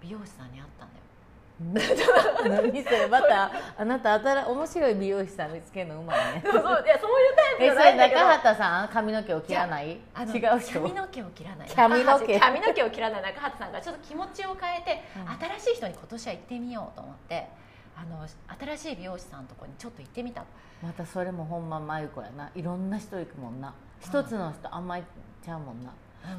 [SPEAKER 1] 美容師さんに会ったんだよ
[SPEAKER 2] 何それまたあなた新面白い美容師さん見つけるのうま い ね
[SPEAKER 1] そういやそういうタイプじ
[SPEAKER 2] え
[SPEAKER 1] ゃ
[SPEAKER 2] そ
[SPEAKER 1] ない
[SPEAKER 2] れ
[SPEAKER 1] んだけど
[SPEAKER 2] 中畑さん髪の毛を切らない違
[SPEAKER 1] あの
[SPEAKER 2] う人
[SPEAKER 1] 髪の毛を切らない
[SPEAKER 2] 髪の毛
[SPEAKER 1] 中畑髪の毛を切らない中畑さんがちょっと気持ちを変えて、
[SPEAKER 2] う
[SPEAKER 1] 新しい人に今年は行ってみようと思ってあの新しい美容師さんのとこにちょっと行ってみた
[SPEAKER 2] またそれもほんま真由子やないろんな人行くもんな一つの人あんまいっちゃうもんな、も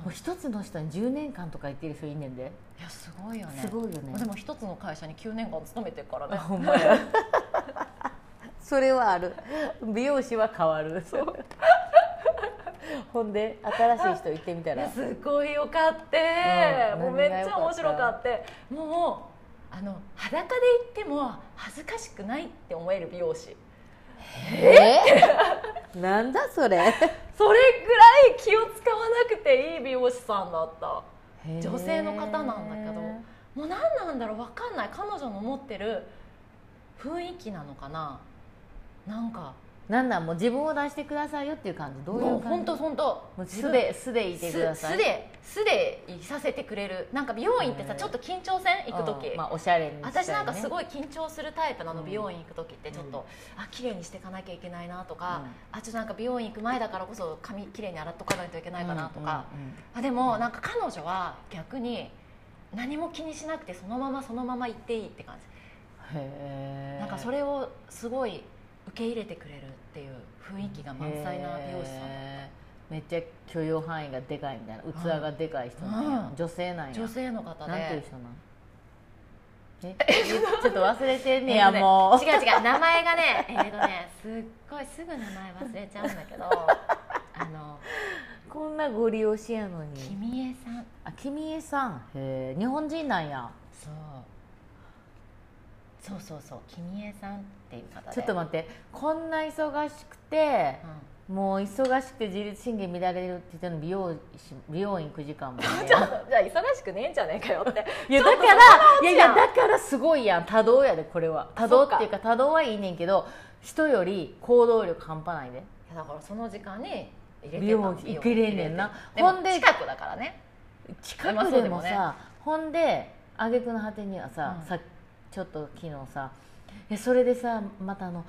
[SPEAKER 2] う一つの人に10年間とか行ってる人いんねんで、
[SPEAKER 1] いやすごいよね
[SPEAKER 2] すごいよね
[SPEAKER 1] でも一つの会社に9年間勤めてるからね
[SPEAKER 2] ほんまやそれはある 美容師は変わる ほんで新しい人行ってみた
[SPEAKER 1] いや
[SPEAKER 2] ら
[SPEAKER 1] すごいよかって、
[SPEAKER 2] うん
[SPEAKER 1] もうめっち
[SPEAKER 2] 何が良
[SPEAKER 1] ゃ
[SPEAKER 2] か
[SPEAKER 1] 面
[SPEAKER 2] った
[SPEAKER 1] 白かってもうあの裸で行っても恥ずかしくないって思える美容師
[SPEAKER 2] え ーなんだそれ
[SPEAKER 1] それぐらい気を使わなくていい美容師さんだった女性の方なんだけどもう何なんだろう分かんない彼女の持ってる雰囲気なのかななんか
[SPEAKER 2] なんなんもう自分を出してくださいよっていう感じどういう
[SPEAKER 1] も
[SPEAKER 2] 感
[SPEAKER 1] う
[SPEAKER 2] じ
[SPEAKER 1] 本当本当
[SPEAKER 2] もう素で素でいてください
[SPEAKER 1] 素で素でいさせてくれるなんか美容院ってさ
[SPEAKER 2] へー
[SPEAKER 1] ちょっと緊張せん行く時、
[SPEAKER 2] うんまあ、おしゃれにしたい、ね、
[SPEAKER 1] 私なんかす
[SPEAKER 2] い
[SPEAKER 1] ごい緊張するタイプなの、
[SPEAKER 2] うん
[SPEAKER 1] 美容院行く時ってちょっと、
[SPEAKER 2] う
[SPEAKER 1] あ綺麗にしていかなきゃいけないなとか、あちょっとなんか美容院行く前だからこそ髪綺麗に洗っとかないといけないかなとか、
[SPEAKER 2] うんうんうん
[SPEAKER 1] あでもなんか彼女は逆に何も気にしなくてそのままそのまま行っていいって感じ
[SPEAKER 2] へえ
[SPEAKER 1] なんかそれをすごい受け入れてくれるっていう雰囲気が満載な美容師さんだっ
[SPEAKER 2] へーめっちゃ許容範囲がでかいみたいな器がでかい人なんや
[SPEAKER 1] うん
[SPEAKER 2] 女性なんや
[SPEAKER 1] た女性の方で
[SPEAKER 2] なんていう人なん えちょっと忘れてんねやも
[SPEAKER 1] 違う違う名前が ねえっ、とねすっごいすぐ名前忘れちゃうんだけ どあの
[SPEAKER 2] うこんなご利用しやのに
[SPEAKER 1] 君江さん
[SPEAKER 2] あ君江さんへえ日本人なんや
[SPEAKER 1] そうそうそうそう君江さんっていう方で
[SPEAKER 2] ちょっと待ってこんな忙しくて
[SPEAKER 1] うん
[SPEAKER 2] もう忙しくて自律神経乱れるって言ったのに美容師美容院9時間もね
[SPEAKER 1] ちょっとじゃあ忙しくねえんじゃねえかよって
[SPEAKER 2] いやだからいやいやだからすごいやん多動やでこれは多動っていうか多動はいいねんけど人より行動力半端ない
[SPEAKER 1] い
[SPEAKER 2] で
[SPEAKER 1] やだからその時間に入れてた
[SPEAKER 2] 美容室行けれんねんな
[SPEAKER 1] ほ
[SPEAKER 2] ほ
[SPEAKER 1] ん
[SPEAKER 2] ん
[SPEAKER 1] で
[SPEAKER 2] で
[SPEAKER 1] 近くだからね
[SPEAKER 2] 近
[SPEAKER 1] まあ
[SPEAKER 2] く
[SPEAKER 1] そう
[SPEAKER 2] で
[SPEAKER 1] でも
[SPEAKER 2] も
[SPEAKER 1] ね
[SPEAKER 2] さほんで挙句の果てにはさ,、
[SPEAKER 1] うん
[SPEAKER 2] さちょっと昨日さえそれでさまたあの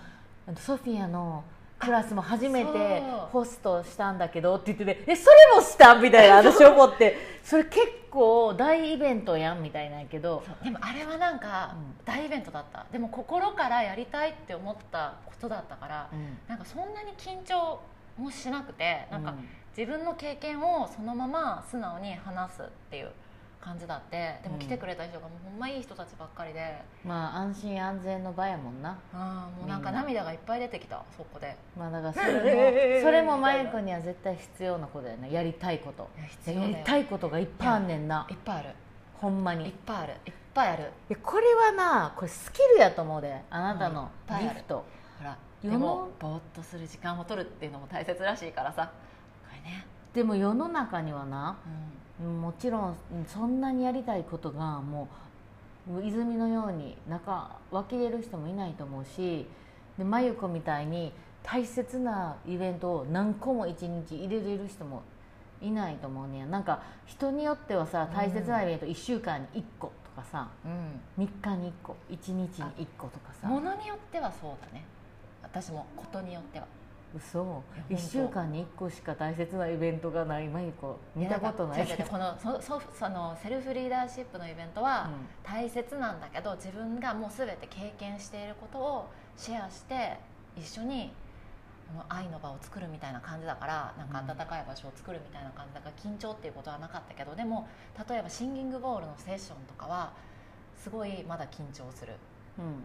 [SPEAKER 2] あのソフィアのクラスも初めて
[SPEAKER 1] そう
[SPEAKER 2] ホストしたんだけどって言っててえそれもした みたいな私思ってそれ結構大イベントやんみたいなんやけど
[SPEAKER 1] でもあれはなんか
[SPEAKER 2] うん
[SPEAKER 1] 大イベントだった、でも心からやりたいって思ったことだったから、
[SPEAKER 2] うん
[SPEAKER 1] なんかそんなに緊張もしなくてなん
[SPEAKER 2] う
[SPEAKER 1] か自分の経験をそのまま素直に話すっていう感じだってでも来てくれた人がもうほんまいい人たちばっかりで、
[SPEAKER 2] まあ安心安全の場やもんな
[SPEAKER 1] あーもうなんか涙がいっぱい出てきたそこで
[SPEAKER 2] まあだからそ
[SPEAKER 1] ええ
[SPEAKER 2] れもそれもマユ子には絶対必要なことだよねやりたいこと
[SPEAKER 1] いや必要だ
[SPEAKER 2] や
[SPEAKER 1] よ
[SPEAKER 2] りたいことがいっぱいあんねんない
[SPEAKER 1] っぱいある
[SPEAKER 2] ほんまに
[SPEAKER 1] い
[SPEAKER 2] い
[SPEAKER 1] っぱいあるいっぱいある
[SPEAKER 2] やこれはなこれスキルやと思うであなたの
[SPEAKER 1] うんいっぱい
[SPEAKER 2] ギ
[SPEAKER 1] ある
[SPEAKER 2] フト
[SPEAKER 1] ほらで
[SPEAKER 2] 世の
[SPEAKER 1] もぼーっとする時間を取るっていうのも大切らしいからさこれね、
[SPEAKER 2] でも世の中にはな
[SPEAKER 1] う
[SPEAKER 2] もちろんそんなにやりたいことがもうもう泉のように中湧き出る人もいないと思うしで真由子みたいに大切なイベントを何個も一日入れれる人もいないと思うねやなんか人によってはさ大切なイベント1週間に1個とかさ
[SPEAKER 1] ん
[SPEAKER 2] 3日に1個1日に1個とかさ
[SPEAKER 1] ものによってはそうだね私もことによっては
[SPEAKER 2] 嘘
[SPEAKER 1] いや
[SPEAKER 2] 1週間に1個しか大切なイベントがない真由子見たことない
[SPEAKER 1] やだから違う違うこのそそそのセルフリーダーシップのイベントは
[SPEAKER 2] うん
[SPEAKER 1] 大切なんだけど自分がもう全て経験していることをシェアして一緒にこの愛の場を作るみたいな感じだからなんか
[SPEAKER 2] うん
[SPEAKER 1] 温かい場所を作るみたいな感じだから緊張っていうことはなかったけどでも例えばシンギングボールのセッションとかはすごいまだ緊張する、
[SPEAKER 2] うんうんうん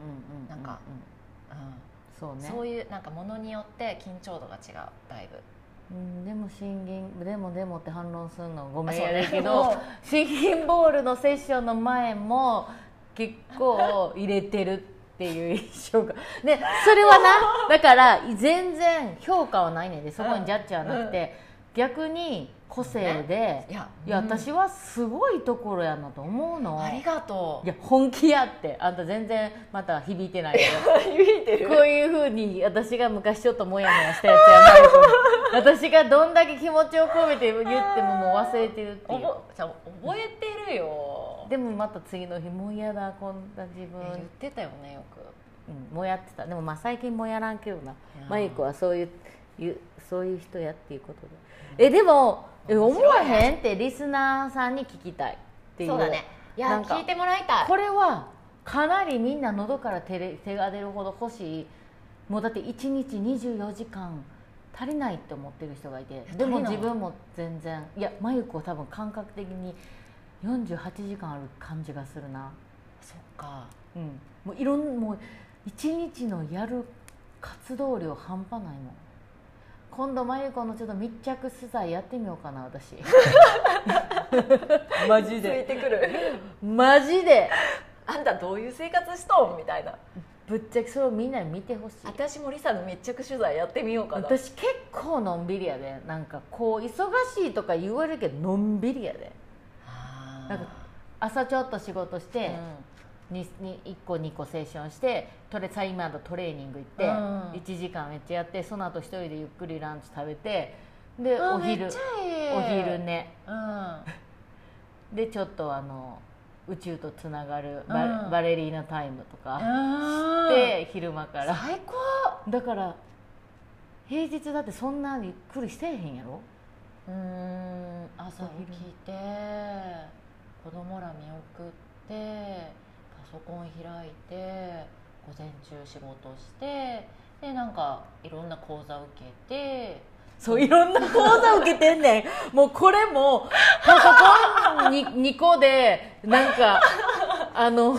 [SPEAKER 2] うん
[SPEAKER 1] なんかうん
[SPEAKER 2] そうね
[SPEAKER 1] そういうなんかものによって緊張度が違うだいぶ
[SPEAKER 2] うん、でも信銀でもでもって反論するのごめん
[SPEAKER 1] あそう
[SPEAKER 2] や
[SPEAKER 1] ね
[SPEAKER 2] ねんけど信銀ボールのセッションの前も結構入れてるっていう印 象がでそれはなだから全然評価はないねんでそこにジャッジはなくて、逆に個性で、
[SPEAKER 1] いや
[SPEAKER 2] いや
[SPEAKER 1] うん
[SPEAKER 2] 私はすごいところやなと思うの
[SPEAKER 1] ありがとう
[SPEAKER 2] いや本気やってあんた全然また響いてないけど
[SPEAKER 1] 響いて
[SPEAKER 2] こういうふうに私が昔ちょっとモヤモヤしたやつやマリコ に私がどんだけ気持ちを込めて言ってももう忘れてるってい
[SPEAKER 1] お
[SPEAKER 2] う
[SPEAKER 1] ぼじゃあ覚えてるよ
[SPEAKER 2] でもまた次の日もう嫌だこんな自分、
[SPEAKER 1] 言ってたよねよく
[SPEAKER 2] うん、もやってたでもまあ最近もやらんけどな
[SPEAKER 1] やー
[SPEAKER 2] マリコはそういういうそういう人やっていうことでえでもえ思わへんってリスナーさんに聞きたいっていう
[SPEAKER 1] そうだねい
[SPEAKER 2] な
[SPEAKER 1] や
[SPEAKER 2] んか
[SPEAKER 1] 聞いてもらいたい
[SPEAKER 2] これはかなりみんな喉から手れ手が出るほど欲しいもうだって1日24時間足りないって思ってる人がいて
[SPEAKER 1] え
[SPEAKER 2] でも
[SPEAKER 1] 足りない
[SPEAKER 2] 自分も全然いや真由子多分感覚的に48時間ある感じがするな
[SPEAKER 1] そっか
[SPEAKER 2] うんもういろんもう1日のやる活動量半端ないもん今度真由子のちょっと密着取材やってみようかな私マジ で
[SPEAKER 1] てくる
[SPEAKER 2] マジで
[SPEAKER 1] あんたどういう生活しとんみたいな
[SPEAKER 2] ぶっちゃけそれをみんなに見てほしい
[SPEAKER 1] 私もリサの密着取材やってみようかな
[SPEAKER 2] 私結構のんびりやでなんかこう忙しいとか言われるけどのんびりやで
[SPEAKER 1] あー
[SPEAKER 2] なんか朝ちょっと仕事し
[SPEAKER 1] う
[SPEAKER 2] て、
[SPEAKER 1] ん
[SPEAKER 2] にに1個2個セッションしてトレサイマードトレーニング行って、
[SPEAKER 1] うん
[SPEAKER 2] 1時間めっちゃやってその後一人でゆっくりランチ食べてで
[SPEAKER 1] あー
[SPEAKER 2] お
[SPEAKER 1] め
[SPEAKER 2] 昼
[SPEAKER 1] っちゃいい
[SPEAKER 2] お昼寝
[SPEAKER 1] うん
[SPEAKER 2] でちょっとあの宇宙とつながるバ,、
[SPEAKER 1] うん
[SPEAKER 2] バレリーナタイムとか、
[SPEAKER 1] で
[SPEAKER 2] で昼間から
[SPEAKER 1] 最高
[SPEAKER 2] だから平日だってそんなゆっくりしてへんやろ
[SPEAKER 1] うーん朝
[SPEAKER 2] お
[SPEAKER 1] 起
[SPEAKER 2] 昼
[SPEAKER 1] きて子供ら見送 ってパソコン開いて午前中仕事してでなんかいろんな講座受けて
[SPEAKER 2] そういろんな講座受けてんね んもうこれもパソコンに 2個でなんかあの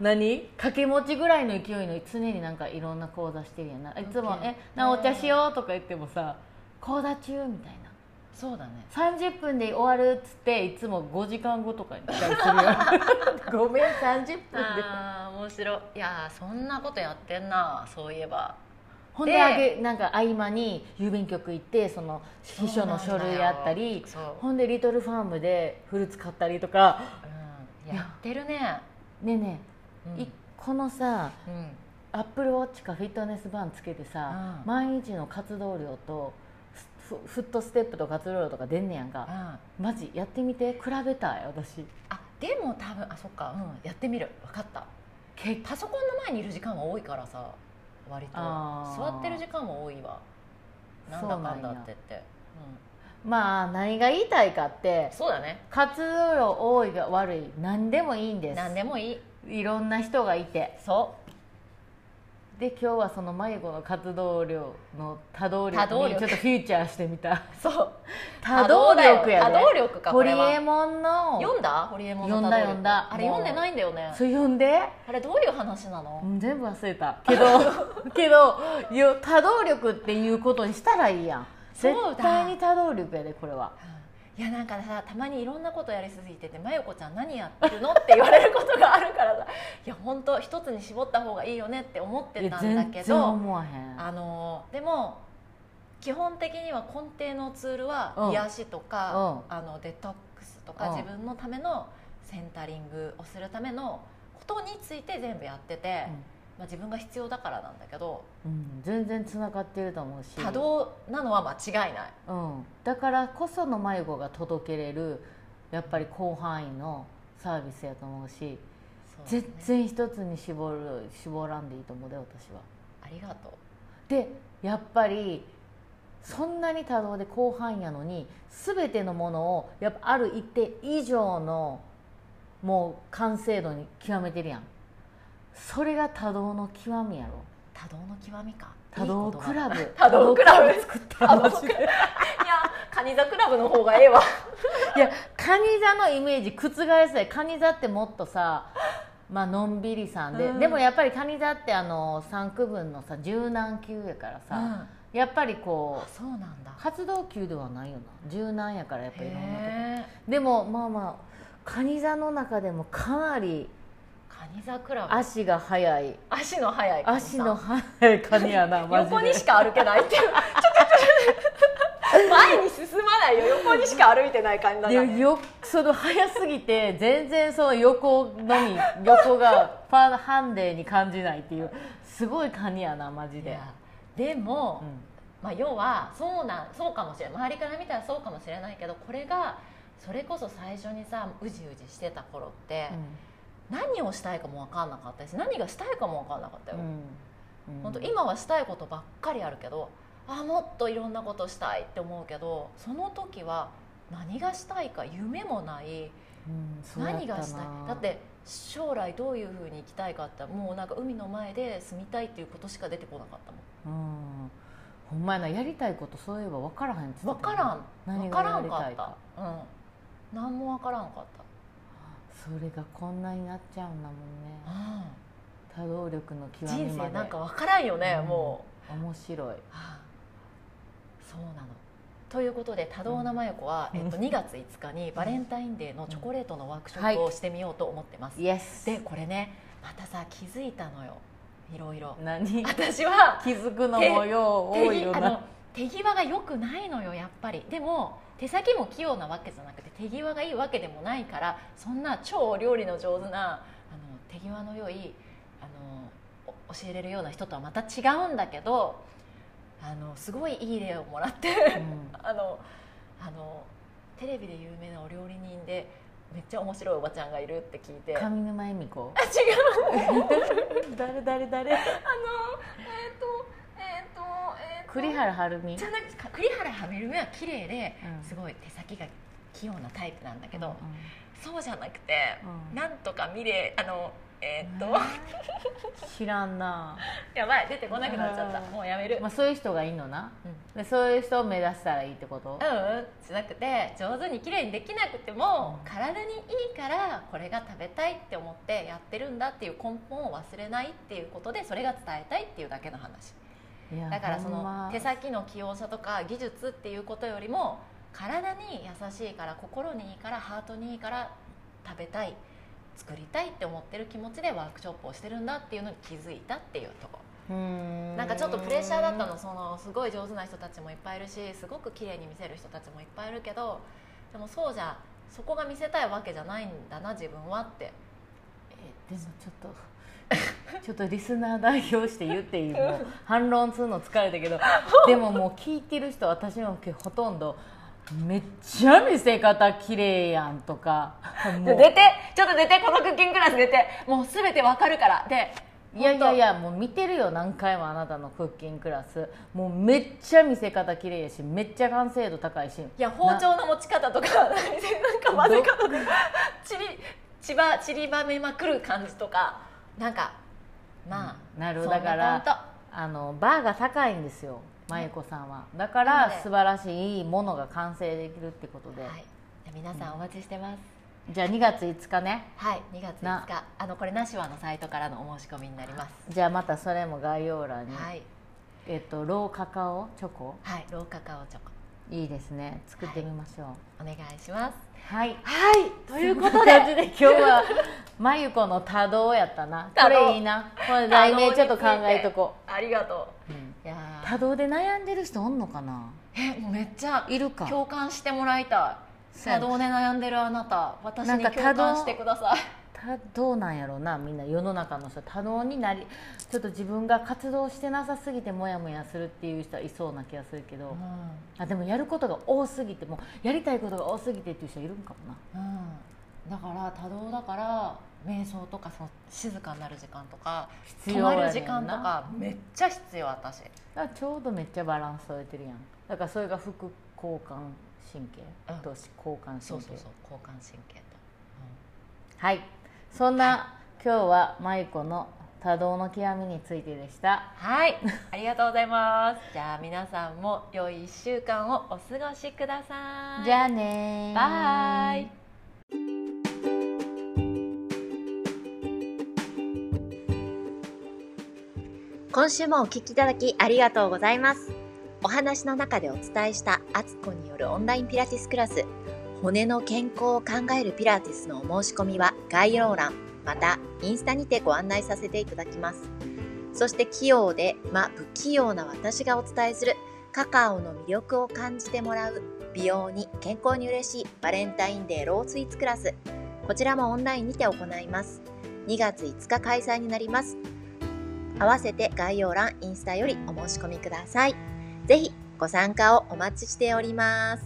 [SPEAKER 2] 何掛け持ちぐらいの勢いの常になんかいろんな講座してるやんないつも
[SPEAKER 1] OK
[SPEAKER 2] 「えなお茶しよう」とか言ってもさ講座中みたいな
[SPEAKER 1] そうだね
[SPEAKER 2] 30分で終わるっつっていつも5時間後とかに来たりするやん ごめん30分で
[SPEAKER 1] ああ面白いいやーそんなことやってんなそういえば
[SPEAKER 2] ほんで
[SPEAKER 1] で
[SPEAKER 2] あげなんか合間に郵便局行ってその秘書の書類やったり
[SPEAKER 1] そうなんだよそう
[SPEAKER 2] ほんでリトルファームでフルーツ買ったりとか
[SPEAKER 1] うんやってるね
[SPEAKER 2] ねえね
[SPEAKER 1] うん
[SPEAKER 2] え、いこのさ
[SPEAKER 1] うん
[SPEAKER 2] アップルウォッチかフィットネスバンつけてさ、
[SPEAKER 1] うん
[SPEAKER 2] 毎日の活動量とフフフットステップと活動量とか出んねやん
[SPEAKER 1] う
[SPEAKER 2] か、
[SPEAKER 1] ん
[SPEAKER 2] マジやってみて比べたい私
[SPEAKER 1] あでも多分あそっかうんやってみる分かったパソコンの前にいる時間が多いからさ割と
[SPEAKER 2] あー
[SPEAKER 1] 座ってる時間も多いわなんだかんだってって
[SPEAKER 2] まあ何が言いたいかっ
[SPEAKER 1] う
[SPEAKER 2] て
[SPEAKER 1] んそうだね
[SPEAKER 2] 活動量多いが悪い何でもいいんです
[SPEAKER 1] 何でもいい
[SPEAKER 2] いろんな人がいて
[SPEAKER 1] そ
[SPEAKER 2] で今日はその迷子の活動量の多動
[SPEAKER 1] 多動
[SPEAKER 2] 力に
[SPEAKER 1] 力
[SPEAKER 2] ちょっとフューチャーしてみた
[SPEAKER 1] うそう
[SPEAKER 2] 多動力や
[SPEAKER 1] 多
[SPEAKER 2] で
[SPEAKER 1] 動力かこ
[SPEAKER 2] ホ
[SPEAKER 1] れ
[SPEAKER 2] リエ
[SPEAKER 1] は
[SPEAKER 2] モンの
[SPEAKER 1] 読んだホリエモンの
[SPEAKER 2] 読んだ読んだ
[SPEAKER 1] あれ読んでないんだよね
[SPEAKER 2] それ読んで
[SPEAKER 1] あれどういう話なの
[SPEAKER 2] うん全部忘 れたけどけどよ多動力っていうことにしたらいいやん
[SPEAKER 1] そうだ
[SPEAKER 2] 絶対に多動力やでこれは。
[SPEAKER 1] いやなんかさたまにいろんなことやりすぎてて「まゆこちゃん何やってるの?」って言われることがあるからさ いや本当一つに絞った方がいいよねって思ってたんだけ
[SPEAKER 2] 全然
[SPEAKER 1] ど
[SPEAKER 2] 思わへん
[SPEAKER 1] あのーでも基本的には根底のツールは
[SPEAKER 2] うん
[SPEAKER 1] 癒しとか、
[SPEAKER 2] う
[SPEAKER 1] あのデトックスとか、
[SPEAKER 2] うん
[SPEAKER 1] 自分のためのセンタリングをするためのことについて全部やってて、まあ、自分が必要だからなんだけど
[SPEAKER 2] うんうん全然つながってると思うし
[SPEAKER 1] 多動なのは間違いない。
[SPEAKER 2] うん、だからこその迷子が届けれるやっぱり広範囲のサービスやと思うし
[SPEAKER 1] そう
[SPEAKER 2] 全
[SPEAKER 1] だね
[SPEAKER 2] 然一つに絞る絞らんでいいと思うで私は
[SPEAKER 1] ありがとう
[SPEAKER 2] でやっぱりそんなに多動で広範囲やのに全てのものをやっぱある一定以上のもう完成度に極めてるやんそれが多動の極みやろ
[SPEAKER 1] 多動の極みか
[SPEAKER 2] 多動クラブ
[SPEAKER 1] いい言 葉だ多動クラブ
[SPEAKER 2] 作った
[SPEAKER 1] 多
[SPEAKER 2] ら
[SPEAKER 1] 動
[SPEAKER 2] マ
[SPEAKER 1] クラ
[SPEAKER 2] ジで
[SPEAKER 1] ブいやカニ座クラブの方がええわ
[SPEAKER 2] いやカニ座のイメージ覆せないカニ座ってもっと さまあのんびりさんで、
[SPEAKER 1] うん
[SPEAKER 2] でもやっぱりカニ座ってあの3区分のさ柔軟級やからさ、やっぱりこ
[SPEAKER 1] あそうなんだ
[SPEAKER 2] う活動級ではないよな柔軟やからやっぱいろんなとこ
[SPEAKER 1] へえ
[SPEAKER 2] でもまあまあカニ座の中でもかなり
[SPEAKER 1] カニ座クラブ
[SPEAKER 2] 足が速い
[SPEAKER 1] 足の速いカニさん
[SPEAKER 2] 足の速いカニやなマジで
[SPEAKER 1] 横にしか歩けないっていうちょちょちょ前に進まないよ横にしか歩いてないカニだ
[SPEAKER 2] い
[SPEAKER 1] か
[SPEAKER 2] や
[SPEAKER 1] ら
[SPEAKER 2] よその早すぎて全然その横のみ 横がパーハンデに感じないっていうすごいカニやなマジ
[SPEAKER 1] い
[SPEAKER 2] で
[SPEAKER 1] やでも、
[SPEAKER 2] うん
[SPEAKER 1] まあ、要はそうなんそうかもしれない周りから見たらそうかもしれないけどこれがそれこそ最初にさうじうじしてた頃って、何をしたいかも分かんなかったし何がしたいかも分かんなかったよ、
[SPEAKER 2] うん
[SPEAKER 1] 本当
[SPEAKER 2] うん
[SPEAKER 1] 今はしたいことばっかりあるけどあもっといろんなことしたいって思うけどその時は何がしたいか夢もない
[SPEAKER 2] うんそうやった
[SPEAKER 1] 何
[SPEAKER 2] な
[SPEAKER 1] がしたいだって将来どういうふうに生きたいかってもうなんか海の前で住みたいっていうことしか出てこなかったもん
[SPEAKER 2] うんほんまやなやりたいことそういえば分からへんっつってたな
[SPEAKER 1] 分からん
[SPEAKER 2] 何
[SPEAKER 1] 分
[SPEAKER 2] が
[SPEAKER 1] から
[SPEAKER 2] や
[SPEAKER 1] ん
[SPEAKER 2] り
[SPEAKER 1] か
[SPEAKER 2] た
[SPEAKER 1] っ
[SPEAKER 2] いか
[SPEAKER 1] たうん何も分からんかった
[SPEAKER 2] それがこんなになっちゃうんだもんね多動力の極みまで
[SPEAKER 1] 人生なんか分からんよね、
[SPEAKER 2] うん
[SPEAKER 1] もう
[SPEAKER 2] 面白い
[SPEAKER 1] はあそうなのということで多動なまゆこは、
[SPEAKER 2] うん
[SPEAKER 1] えっと、2月5日にバレンタインデーのチョコレートのワークショップをしてみようと思ってます、
[SPEAKER 2] イエス
[SPEAKER 1] でこれねまたさ気づいたのよいろいろ
[SPEAKER 2] 何
[SPEAKER 1] 私は
[SPEAKER 2] 気づくのもよう多い
[SPEAKER 1] 手
[SPEAKER 2] よ
[SPEAKER 1] 際あ
[SPEAKER 2] な
[SPEAKER 1] の手際が良くないのよやっぱりでも手先も器用なわけじゃなくて手際がいいわけでもないからそんな超お料理の上手なあの手際の良いあのお教えれるような人とはまた違うんだけどあのすごいいい例をもらって、
[SPEAKER 2] うん
[SPEAKER 1] あのあのテレビで有名なお料理人でめっちゃ面白いおばちゃんがいるって聞いて。あ違う
[SPEAKER 2] 上沼恵美 子誰誰誰
[SPEAKER 1] あのえっ、とえっ、とえっ、と
[SPEAKER 2] 栗原はるみ
[SPEAKER 1] じゃなくてか栗原はめるめは綺麗で、
[SPEAKER 2] うん
[SPEAKER 1] すごい手先が器用なタイプなんだけど、
[SPEAKER 2] うん
[SPEAKER 1] そうじゃなくて、
[SPEAKER 2] うん
[SPEAKER 1] なんとかミレーあのえーっと、
[SPEAKER 2] 知らんな、
[SPEAKER 1] やばい出てこなくなっちゃった
[SPEAKER 2] うん
[SPEAKER 1] もうやめる、
[SPEAKER 2] まあ、そういう人がいいのな
[SPEAKER 1] うん
[SPEAKER 2] でそういう人を目指したらいいってこと
[SPEAKER 1] うんうんしなくて上手に綺麗にできなくても、
[SPEAKER 2] うん
[SPEAKER 1] 体にいいからこれが食べたいって思ってやってるんだっていう根本を忘れないっていうことでそれが伝えたいっていうだけの話
[SPEAKER 2] いや
[SPEAKER 1] だからそ
[SPEAKER 2] ほん
[SPEAKER 1] の
[SPEAKER 2] ま
[SPEAKER 1] 手先の器用さとか技術っていうことよりも体に優しいから心にいいからハートにいいから食べたい作りたいって思ってる気持ちでワークショップをしてるんだっていうのに気づいたっていうとこ
[SPEAKER 2] うーん
[SPEAKER 1] なんかちょっとプレッシャーだったのそのすごい上手な人たちもいっぱいいるしすごく綺麗に見せる人たちもいっぱいいるけどでもそうじゃそこが見せたいわけじゃないんだな自分はって
[SPEAKER 2] えでもち ょっとちょっとリスナー代表して言っていいもう反論するの疲れたけどでももう聞いてる人私のほとんどめっちゃ見せ方綺麗やん とかもう
[SPEAKER 1] 出てちょっと出てこのクッキングクラス出てもう全てわかるからで
[SPEAKER 2] いやいやいやもう見てるよ何回もあなたのクッキングクラスもうめっちゃ見せ方綺麗やしめっちゃ完成度高いし
[SPEAKER 1] いや包丁の持ち方とかなんか混ぜ方でちりちばちりばめまくる感じとかなんかまあ
[SPEAKER 2] なる
[SPEAKER 1] そん
[SPEAKER 2] だか
[SPEAKER 1] な
[SPEAKER 2] ら
[SPEAKER 1] こ
[SPEAKER 2] あのバーが高いんですよまゆこさんはだから
[SPEAKER 1] なんで
[SPEAKER 2] 素晴らしいいいものが完成できるってことで、
[SPEAKER 1] とはいじゃあ皆さんお待ちしてます、
[SPEAKER 2] じゃあ2月5日ね
[SPEAKER 1] はい2月5日あのこれなしわのサイトからのお申し込みになります、
[SPEAKER 2] じゃあまたそれも概要欄に、
[SPEAKER 1] はい
[SPEAKER 2] えっとローカカオチョコ
[SPEAKER 1] はいローカカオチョコ
[SPEAKER 2] いいですね作ってみましょう
[SPEAKER 1] お願いします
[SPEAKER 2] はい、
[SPEAKER 1] はいということ
[SPEAKER 2] んな感
[SPEAKER 1] で
[SPEAKER 2] じで今日はまゆこの多動やったな
[SPEAKER 1] 多
[SPEAKER 2] こ
[SPEAKER 1] 動
[SPEAKER 2] れいいなこれ題名ちょっと考えとこ
[SPEAKER 1] ありがと
[SPEAKER 2] う、
[SPEAKER 1] ういや
[SPEAKER 2] 多動で悩んでる人おんのかな
[SPEAKER 1] ーえもうめっちゃ
[SPEAKER 2] いるか
[SPEAKER 1] 共感してもらいたい
[SPEAKER 2] そ
[SPEAKER 1] 多
[SPEAKER 2] うやな
[SPEAKER 1] 動で悩んでるあなた私
[SPEAKER 2] なん
[SPEAKER 1] に
[SPEAKER 2] か
[SPEAKER 1] 共
[SPEAKER 2] 多動
[SPEAKER 1] 感してください
[SPEAKER 2] たどうなんやろうなみんな世の中の人多動になりちょっと自分が活動してなさすぎてモヤモヤするっていう人はいそうな気がするけど、あでもやることが多すぎてもうやりたいことが多すぎてっていう人いるんかもな
[SPEAKER 1] うん、だから多動だから瞑想とかその静かになる時間とか
[SPEAKER 2] 必
[SPEAKER 1] 止
[SPEAKER 2] 要
[SPEAKER 1] ま
[SPEAKER 2] やねん
[SPEAKER 1] る
[SPEAKER 2] な
[SPEAKER 1] 時間とかめっちゃ必要私
[SPEAKER 2] だからちょうどめっちゃバランス取れてるやんだからそれが副交感神経
[SPEAKER 1] うん
[SPEAKER 2] と交感神経、
[SPEAKER 1] そうそうそう交感神経と、
[SPEAKER 2] はいそんな、今日は舞子の多動の極みについてでした
[SPEAKER 1] はいありがとうございますじゃあ皆さんも良い1週間をお過ごしください
[SPEAKER 2] じゃあねー
[SPEAKER 1] バイ
[SPEAKER 3] 今週もお聞きいただきありがとうございます。お話の中でお伝えしたアツコによるオンラインピラティスクラス、骨の健康を考えるピラティスのお申し込みは概要欄、またインスタにてご案内させていただきます。そして器用で、まあ不器用な私がお伝えするカカオの魅力を感じてもらう美容に健康に嬉しいバレンタインデーロースイーツクラス、こちらもオンラインにて行います。2月5日開催になります。合わせて概要欄インスタよりお申し込みくださいぜひご参加をお待ちしております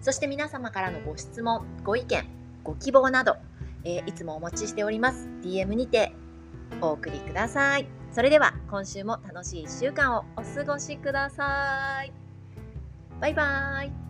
[SPEAKER 3] そして皆様からのご質問ご意見ご希望など、えーいつもお待ちしております DM にてお送りくださいそれでは今週も楽しい1週間をお過ごしくださいバイバイ